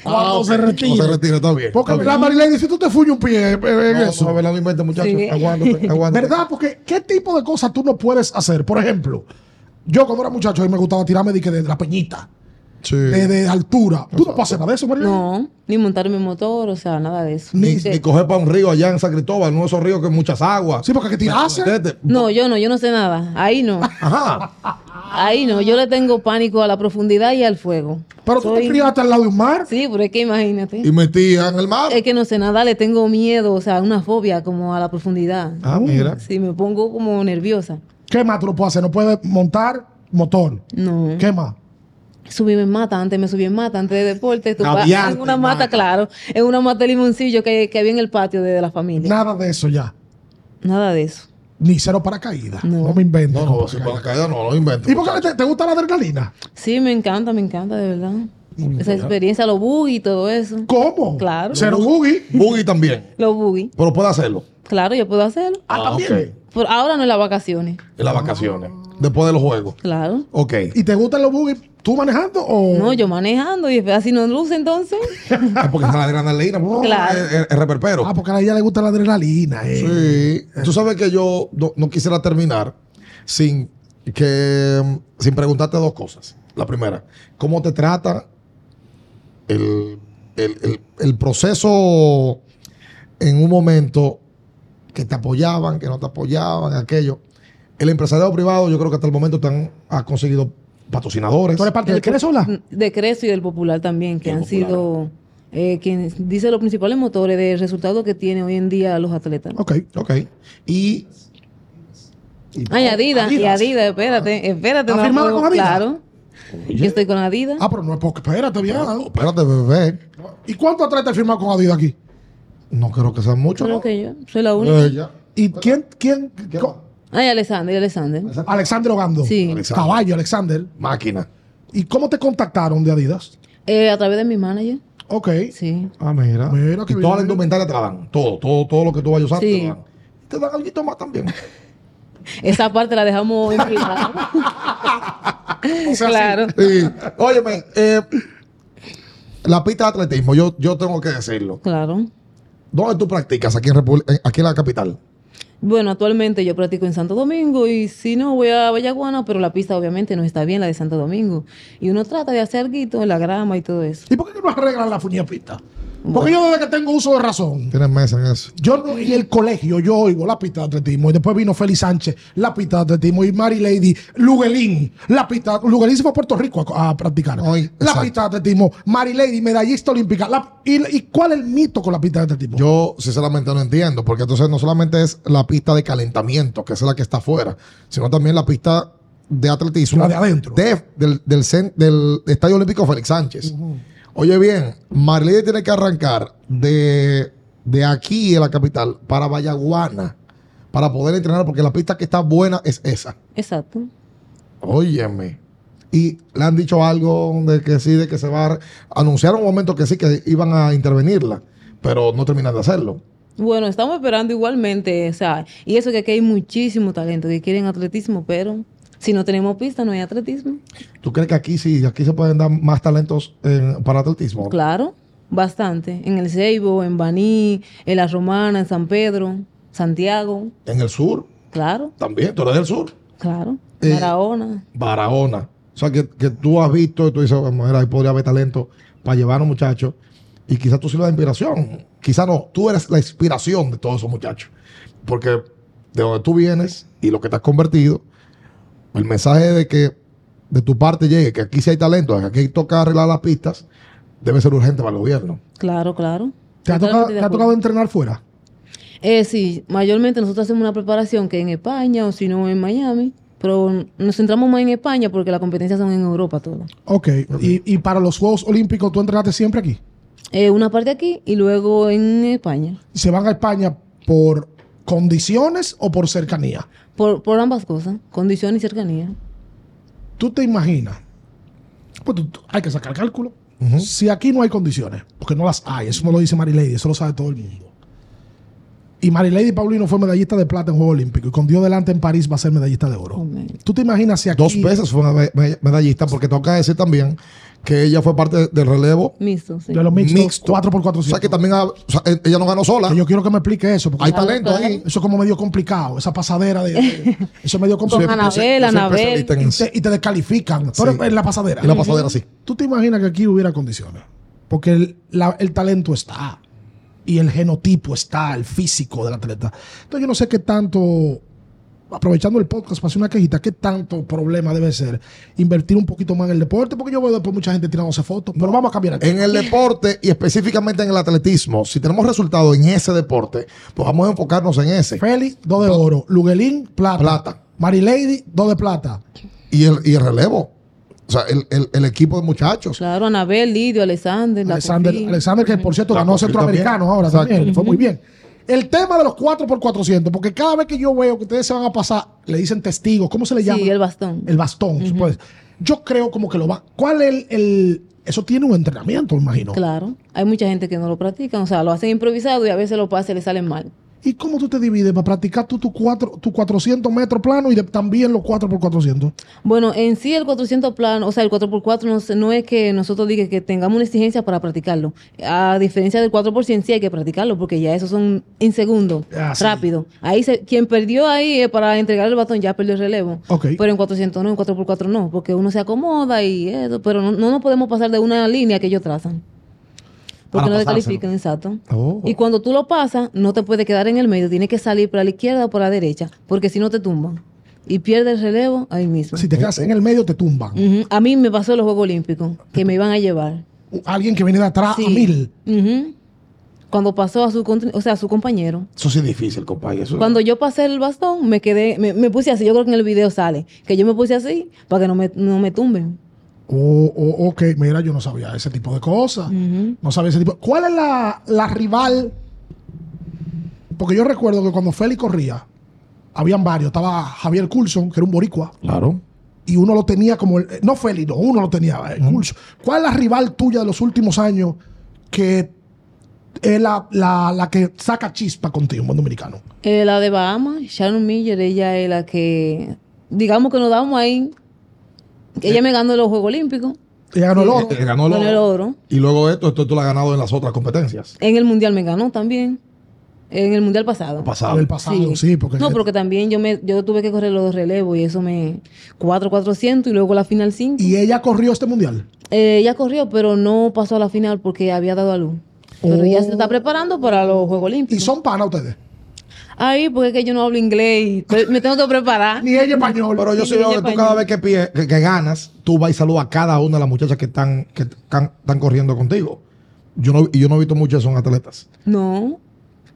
Cuando se retire. No Ah, se retira, está bien. Porque está bien. ¿verdad, Marilady? Si tú te fuñes un pie eh, en No, eso. no, Abelardo, no inventes, muchachos. Sí. Aguántate, aguántate. ¿Verdad? Porque ¿qué tipo de cosas tú no puedes hacer? Por ejemplo, yo cuando era muchacho a mí me gustaba tirarme de, que de la peñita, Sí. de, de altura. ¿Tú no puedes hacer nada de eso, Marilady? No, ni montar mi motor, o sea, nada de eso. Ni, Sí. ni coger para un río allá en San Cristóbal, no esos ríos que muchas aguas. Sí, porque que tirarse. Vete. No, yo no, yo no sé nada. Ahí no, Ajá. ahí no. Yo le tengo pánico a la profundidad y al fuego. Pero tú te Soy- criaste al lado de un mar. Sí, pero es que Y imagínate. metía en el mar. Es que no sé nada, le tengo miedo, o sea, una fobia como a la profundidad. Ah, mira. Sí, me pongo como nerviosa. ¿Qué más tú no puedes hacer? No puedes montar motor. No. ¿Qué más? Subirme en mata, antes me subí en mata, antes de deporte, tú vas Aviarte, en una mata, mata. claro, en una mata de limoncillo que, que había en el patio de, de la familia. Nada de eso ya. Nada de eso. Ni cero paracaídas. No, No. me inventes. No, con no, sin paracaídas. paracaídas no, no inventes. ¿Y por qué te, te gusta la adrenalina? Sí, me encanta, me encanta, de verdad. Esa experiencia, los buggy y todo eso. ¿Cómo? Claro. Cero boogie. Boogie también. Los buggy. Pero puede hacerlo. Claro, yo puedo hacerlo. Ah, también. ok. Por ahora no en las vacaciones. En las vacaciones. Después de los juegos. Claro. Ok. ¿Y te gustan los boogies tú manejando o No, yo manejando y así no luce entonces. Ah, porque está la adrenalina. bro, Claro. El, el- el reperpero. Ah, porque a ella le gusta la adrenalina. eh. Sí. Tú sabes que yo no, no quisiera terminar sin que mm, sin preguntarte dos cosas. La primera, ¿cómo te trata el, el- el- el proceso en un momento que te apoyaban, que no te apoyaban, aquello? El empresariado privado, yo creo que hasta el momento te han, ha conseguido patrocinadores. ¿Tú eres parte de Del- qué sola? De Creso y del Popular también, que Del han Popular. sido eh, quien dice los principales motores del resultado que tienen hoy en día los atletas. Ok. Ok. Y Ay, Adidas, y Adidas. Ah. Adidas, espérate, espérate. ¿Está no firmada puedo- con Adidas? Claro. Yo estoy con Adidas. Ah, pero no es porque. Espérate, bien. espérate, bebé. ¿Y cuánto atletas firmado con Adidas aquí? No creo que sea mucho. Creo ¿no? que yo soy la única. Eh, Ella. ¿Y quién? quién ¿Qué co- Ay, Alexander, Alexander. más? Alexander Ogando. Sí. Alexander. Caballo, Alexander. Máquina. ¿Y cómo te contactaron de Adidas? Eh, a través de mi manager. Ok. Sí. Ah, mira. Mira qué y toda la bien. indumentaria te la dan. Todo, todo, todo lo que tú vayas a usar Sí. te la dan. Te dan algo más también. Esa parte la dejamos en privado. claro. Sí. Óyeme, eh, la pista de atletismo, yo, yo tengo que decirlo. Claro. ¿Dónde tú practicas aquí en, Repu- en- aquí en la capital? Bueno, actualmente yo practico en Santo Domingo y si no, voy a Vallaguana, pero la pista obviamente no está bien, la de Santo Domingo. Y uno trata de hacer guito, la grama y todo eso. ¿Y por qué no arreglan la fuñapita? Porque yo desde que tengo uso de razón. Tienes mesa en eso. Yo no- en el colegio yo oigo la pista de atletismo y después vino Félix Sánchez, la pista de atletismo y Mary Lady, Luguelín, la pista, Luguelín se fue a Puerto Rico a, a practicar. Ay, la exacto. pista de atletismo, Mary Lady, medallista olímpica. la- y, y cuál es el mito con la pista de atletismo? Yo sinceramente no entiendo, porque entonces no solamente es la pista de calentamiento, que es la que está afuera, sino también la pista de atletismo. La de adentro. de- del, del cen- del Estadio Olímpico Félix Sánchez. Oye bien, Marlene tiene que arrancar de, de aquí, de la capital, para Vallaguana, para poder entrenar, porque la pista que está buena es esa. Exacto. Óyeme. Y le han dicho algo de que sí, de que se va a... Anunciaron un momento que sí, que iban a intervenirla, pero no terminan de hacerlo. Bueno, estamos esperando igualmente, o sea, y eso que aquí hay muchísimo talento que quieren atletismo, pero si no tenemos pista no hay atletismo. ¿Tú crees que aquí sí, aquí se pueden dar más talentos eh, para atletismo? Claro, bastante. En el Ceibo, en Baní, en La Romana, en San Pedro, Santiago, En el sur, claro, también, tú eres del sur. claro. Eh, Barahona. Barahona. O sea, que, que tú has visto y tú dices, "Bueno, mira, ahí podría haber talento para llevar a un muchacho. Y quizás tú sirvas de inspiración. Quizás no, tú eres la inspiración de todos esos muchachos. Porque de donde tú vienes y lo que te has convertido, el mensaje de que de tu parte llegue, que aquí sí hay talento, que aquí toca arreglar las pistas, debe ser urgente para el gobierno. Claro, claro. ¿Te ha, tocado, Totalmente te de ha acuerdo. tocado entrenar fuera? Eh, sí, mayormente nosotros hacemos una preparación que en España o si no en Miami, pero nos centramos más en España porque las competencias son en Europa todas. Ok. Y, y para los Juegos Olímpicos tú entrenaste siempre aquí. Eh, una parte aquí y luego en España, ¿Se van a España por condiciones o por cercanía? por, por ambas cosas, condición y cercanía. Tú te imaginas, pues tú- tú- hay que sacar cálculo. Si aquí no hay condiciones, porque no las hay, eso no lo dice Marilady, eso lo sabe todo el mundo. Y Marilady Paulino fue medallista de plata en Juegos Olímpicos y con Dios delante en París va a ser medallista de oro. Amén. Tú te imaginas si aquí. Dos veces fue una me- me- medallista, porque toca decir también que ella fue parte del relevo. Mixto, sí. De los mixtos, Mixto. 4x400. O sea, que también ha- o sea, eh, ella no ganó sola. Que yo quiero que me explique eso, porque Hay eso- talento ahí. eso es como medio complicado, esa pasadera de. de- eso es medio Con complicado. Anabel, yo soy Anabel, Anabel. especialista en- y, te, y te descalifican. Tú Sí. eres en la pasadera. En la pasadera, sí. ¿Tú te imaginas que aquí hubiera condiciones? Porque el, la- el talento está. Y el genotipo está, el físico del atleta. Entonces yo no sé qué tanto, aprovechando el podcast para hacer una quejita, qué tanto problema debe ser invertir un poquito más en el deporte, porque yo veo después mucha gente tirándose fotos, pero vamos a cambiar el tema. En el deporte y específicamente en el atletismo, si tenemos resultados en ese deporte, pues vamos a enfocarnos en ese. Félix, dos de oro. Luguelín, plata. Eh, Plata. Marilady, dos de plata. Y el, y el relevo. O sea, el, el- el equipo de muchachos. Claro, Anabel, Lidio, Alexander, la Alexander, Sofía. Alexander, que por cierto La ganó Coquita centroamericano también. ahora Exacto. también, le fue muy bien. El tema de los 4x400, porque cada vez que yo veo que ustedes se van a pasar, le dicen testigos, ¿cómo se le llama? Sí, el bastón. El bastón, pues. Yo creo como que lo va. ¿Cuál es el, el- Eso tiene un entrenamiento, me imagino. Claro, hay mucha gente que no lo practica, o sea, lo hacen improvisado y a veces los pases le salen mal. ¿Y cómo tú te divides para practicar tú tu, cuatro, tu 400 metros plano y de- también los 4x400? Bueno, en sí el 400 plano, o sea, el 4x4 no, se- no es que nosotros diga que tengamos una exigencia para practicarlo. A diferencia del 4x100 sí hay que practicarlo porque ya esos son en segundo, Ah, sí. rápido. Ahí se- quien perdió ahí eh, para entregar el batón ya perdió el relevo. Ok. Pero en 400 no, en 4x4 no, porque uno se acomoda y eso, pero no, no nos podemos pasar de una línea que ellos trazan. Para Porque no pasárselo. descalifican, exacto. Oh. Y cuando tú lo pasas, no te puedes quedar en el medio, tienes que salir para la izquierda o para la derecha, porque si no te tumban. Y pierdes el relevo ahí mismo. Si te quedas en el medio, te tumban. Ujú. A mí me pasó en los Juegos Olímpicos, que me iban a llevar. Alguien que viene de atrás Sí. Ah, a mil. Ujú. Cuando pasó a su, contr- o sea, a su compañero. Eso sí es difícil, compadre. Eso- Cuando yo pasé el bastón, me quedé, me, me puse así. Yo creo que en el video sale, que yo me puse así para que no me, no me tumben. Oh, oh, ok, mira, yo no sabía ese tipo de cosas. Ujú. No sabía ese tipo. ¿Cuál es la, la rival? Porque yo recuerdo que cuando Félix corría, habían varios. Estaba Javier Coulson, que era un boricua, Claro. y uno lo tenía como... el- eh, no Félix, no, uno lo tenía, eh, Coulson. ¿Cuál es la rival tuya de los últimos años que es la, la- la que saca chispa contigo, un buen dominicano. Eh, la de Bahamas, Sharon Miller, ella es la que, digamos que nos damos ahí. Ella me ganó los Juegos Olímpicos, Ella ganó el oro. Eh, ganó el con el oro. oro. Y luego esto, esto tú lo has ganado en las otras competencias. En el Mundial me ganó también. En el Mundial pasado. Pasado. En el pasado, sí, porque No, porque también yo me yo tuve que correr los relevos y eso me 4 400 y luego la final 5. y ella corrió este mundial. Eh, ella corrió, pero no pasó a la final porque había dado a luz. Pero ya se está preparando para los Juegos Oh. Y Olímpicos. son pana ustedes. Ahí, porque es que yo no hablo inglés y estoy- me tengo que preparar. Ni ella español. Pero yo Sí, pues, sí veo ella que tú española. cada vez que, pie- que, que ganas, tú vas y saludas a cada una de las muchachas que están, que están, están corriendo contigo. Yo no, y yo no he visto muchas son atletas. No.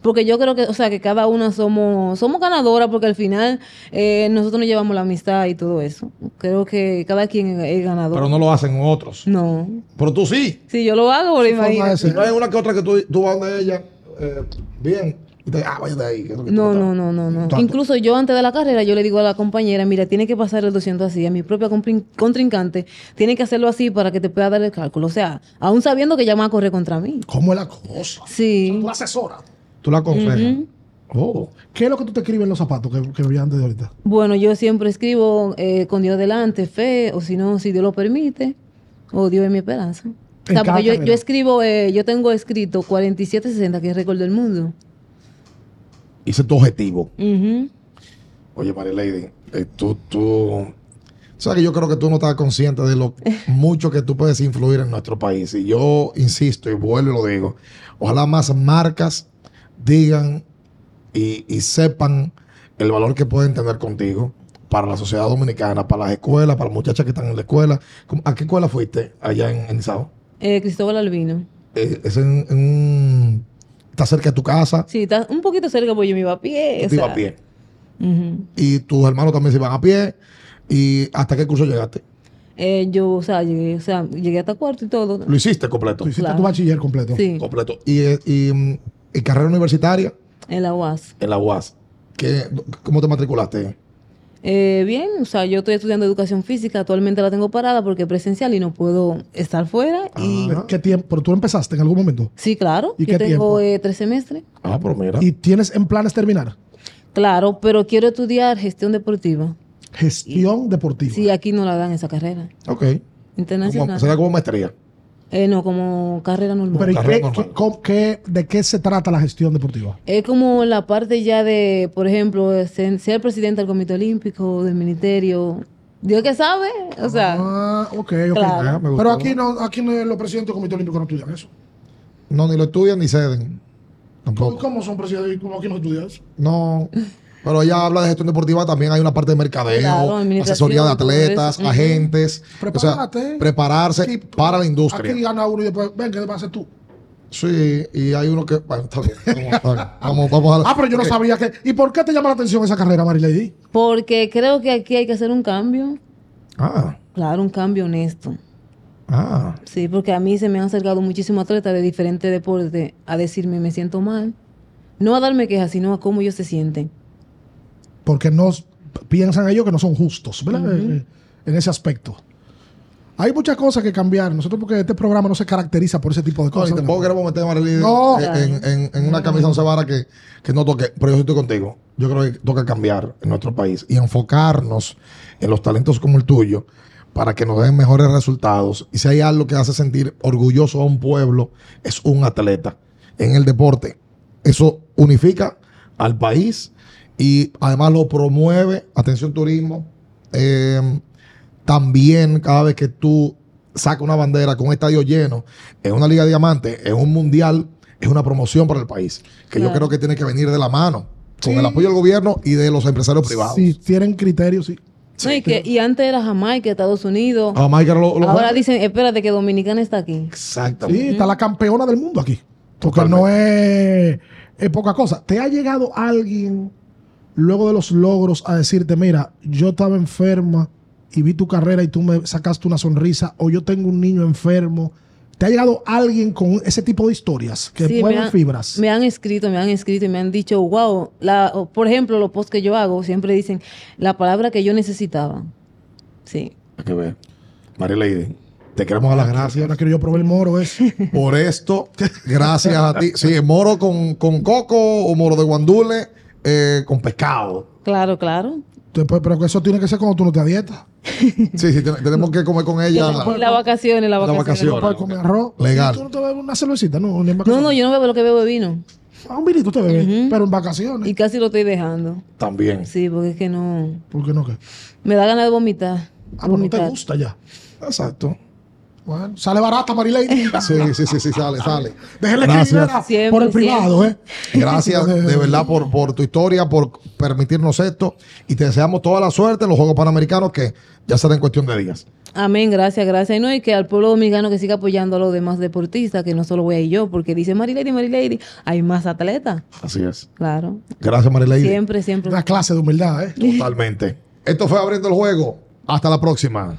Porque yo creo que, o sea, que cada una somos, somos ganadoras porque al final eh, nosotros nos llevamos la amistad y todo eso. Creo que cada quien es es ganador. Pero no lo hacen otros. No. Pero tú sí. Si yo lo hago, Forma de imagínate. ser. Si no hay una que otra que tú, tú vas donde ella, eh, bien, y te ah, váyate ahí. que eso que tú No, estás". no, no, no, no. Tanto. Incluso yo antes de la carrera, yo le digo a la compañera, mira, tiene que pasar el 200 así. A mi propia comprin- contrincante, tiene que hacerlo así para que te pueda dar el cálculo. O sea, aún sabiendo que ella va a correr contra mí. ¿Cómo es la cosa? Sí. Tú la asesoras. Tú la aconsejas. Oh. ¿Qué es lo que tú te escribes en los zapatos que, que vi antes de ahorita? Bueno, yo siempre escribo eh, con Dios delante, fe, o si no, si Dios lo permite, o Dios es mi esperanza. O En sea, cada porque yo, carrera. yo escribo, eh, yo tengo escrito 4760, que es récord del mundo. Hice tu objetivo. Ujú. Oye, María Lady, eh, tú, tú. Sabes que yo creo que tú no estás consciente de lo mucho que tú puedes influir en nuestro país. Y yo insisto y vuelvo y lo digo. Ojalá más marcas digan y, y sepan el valor que pueden tener contigo para la sociedad dominicana, para las escuelas, para las muchachas que están en la escuela. ¿Cómo- ¿A qué escuela fuiste allá en, en Sao? Eh, Cristóbal Albino. Eh, es en, en- Está cerca de tu casa. Sí, está un poquito cerca porque yo me iba a pie. tú o te ibas sea. a pie. Ujú. Y tus hermanos también se iban a pie. ¿Y hasta qué curso llegaste? Eh, yo, o sea, llegué, o sea, llegué hasta cuarto y todo. Lo hiciste Tú completo. hiciste Claro. tu bachiller completo. Sí, Completo. Y, eh, y, mm, y carrera universitaria en la UAS. en la UAS. ¿Qué, ¿Cómo te matriculaste? Eh, bien, o sea, yo estoy estudiando educación física, actualmente la tengo parada porque es presencial y no puedo estar fuera. Y Ah, ¿Qué tiempo? Pero tú empezaste en algún momento. sí, claro, ¿Y yo qué tiempo? tengo eh, tres semestres. Ah, pero mira. ¿Y tienes en planes terminar? Claro, pero quiero estudiar gestión deportiva. Gestión deportiva. Sí, aquí no la dan esa carrera ok. Como, internacional. será como maestría. Eh, no, como carrera normal. Pero ¿y Carrera qué- normal. qué- cómo- qué- ¿de qué se trata la gestión deportiva? Es como la parte ya de, por ejemplo, eh, ser, ser presidente del Comité Olímpico, del Ministerio. Dios que sabe, o sea. ah, ok, ok. Claro. Ah, me gustó. Pero aquí no, aquí no, los presidentes del Comité Olímpico no estudian eso. No, ni lo estudian ni ceden. ¿Cómo, Tampoco. son presidentes? ¿Cómo aquí no estudian eso? No. Pero ella habla de gestión deportiva, también hay una parte de mercadeo, Claro, administración, asesoría de todo eso. atletas, Ujú. agentes. O Prepárate. sea, prepararse Sí, para la industria. Aquí gana uno y después, ven, ¿qué te vas a hacer tú? Sí, y hay uno que. Bueno, está bien. Vamos, está bien. Vamos, vamos a Ah, pero yo no Ok. sabía que. ¿Y por qué te llama la atención esa carrera, Marilady? Porque creo que aquí hay que hacer un cambio. Ah, Claro, un cambio honesto. ah. Sí, porque a mí se me han acercado muchísimos atletas de diferentes deportes a decirme me siento mal. No a darme quejas, sino a cómo ellos se sienten. Porque no s- piensan ellos que no son justos, ¿verdad? Eh, En ese aspecto. Hay muchas cosas que cambiar. Nosotros, porque este programa no se caracteriza por ese tipo de No, cosas. y tampoco queremos meter a Marilyn No. en, en- en- en una camisa once varas que, que no toque. Pero yo estoy contigo. Yo creo que toca cambiar en nuestro país y enfocarnos en los talentos como el tuyo para que nos den mejores resultados. Y si hay algo que hace sentir orgulloso a un pueblo, es un atleta en el deporte. Eso unifica al país y además lo promueve. Atención turismo. eh, también cada vez que tú sacas una bandera con un estadio lleno, en una Liga Diamante, en un Mundial, es una promoción para el país, que yo Claro. creo que tiene que venir de la mano, con Sí. el apoyo del gobierno y de los empresarios privados. Si tienen criterios, sí. No, y, que, y antes era Jamaica, Estados Unidos. Ah, Mike, lo- lo- Ahora dicen, espérate que Dominicana está aquí. Sí, Exactamente. está la campeona del mundo aquí. Porque no es, es poca cosa. ¿Te ha llegado alguien luego de los logros a decirte, mira, yo estaba enferma y vi tu carrera y tú me sacaste una sonrisa o yo tengo un niño enfermo? ¿Te ha llegado alguien con ese tipo de historias que Sí, me mueven han- fibras? Me han escrito, me han escrito y me han dicho, wow, la, o, por ejemplo, los posts que yo hago siempre dicen la palabra que yo necesitaba. Sí. Hay que ver. María Lady, Te queremos dar las gracias. Ahora quiero yo probar el moro ese. Por esto, Gracias a ti. Sí, moro con, con coco o moro de guandule eh, con pescado. Claro, claro. Después, pues, pero eso tiene que ser cuando tú no te adietas. Sí, sí, te- tenemos que comer con ella. Y las vacaciones, Las las vacaciones. vacaciones. Puedes comer Pues, arroz. Legal. ¿Y tú no te bebes una cervecita? No, ni en No, vacaciones. no, yo no bebo lo que bebo es vino. Ah, un vinito te bebes, pero en vacaciones. Y casi lo estoy dejando. también. Sí, porque es que no. ¿Por qué no qué? Me da ganas de vomitar. Ah, pues no te vomitar. gusta ya. Exacto. Bueno, sale barata, Marilady. Sí, sí, sí, sí, sale, sale. Déjenle Gracias. escribir a- Siempre, por el siempre. privado, ¿eh? Gracias de verdad por, por tu historia, por permitirnos esto y te deseamos toda la suerte en los Juegos Panamericanos que ya será en cuestión de días. Amén, gracias, gracias. Y no, y que al pueblo dominicano que siga apoyando a los demás deportistas, que no solo voy a ir yo, porque dice Marilady, Marilady, hay más atletas. Así es. Claro. Gracias, Marilady. Siempre, siempre. Una clase de humildad, ¿eh? Totalmente. Esto fue Abriendo el Juego. Hasta la próxima.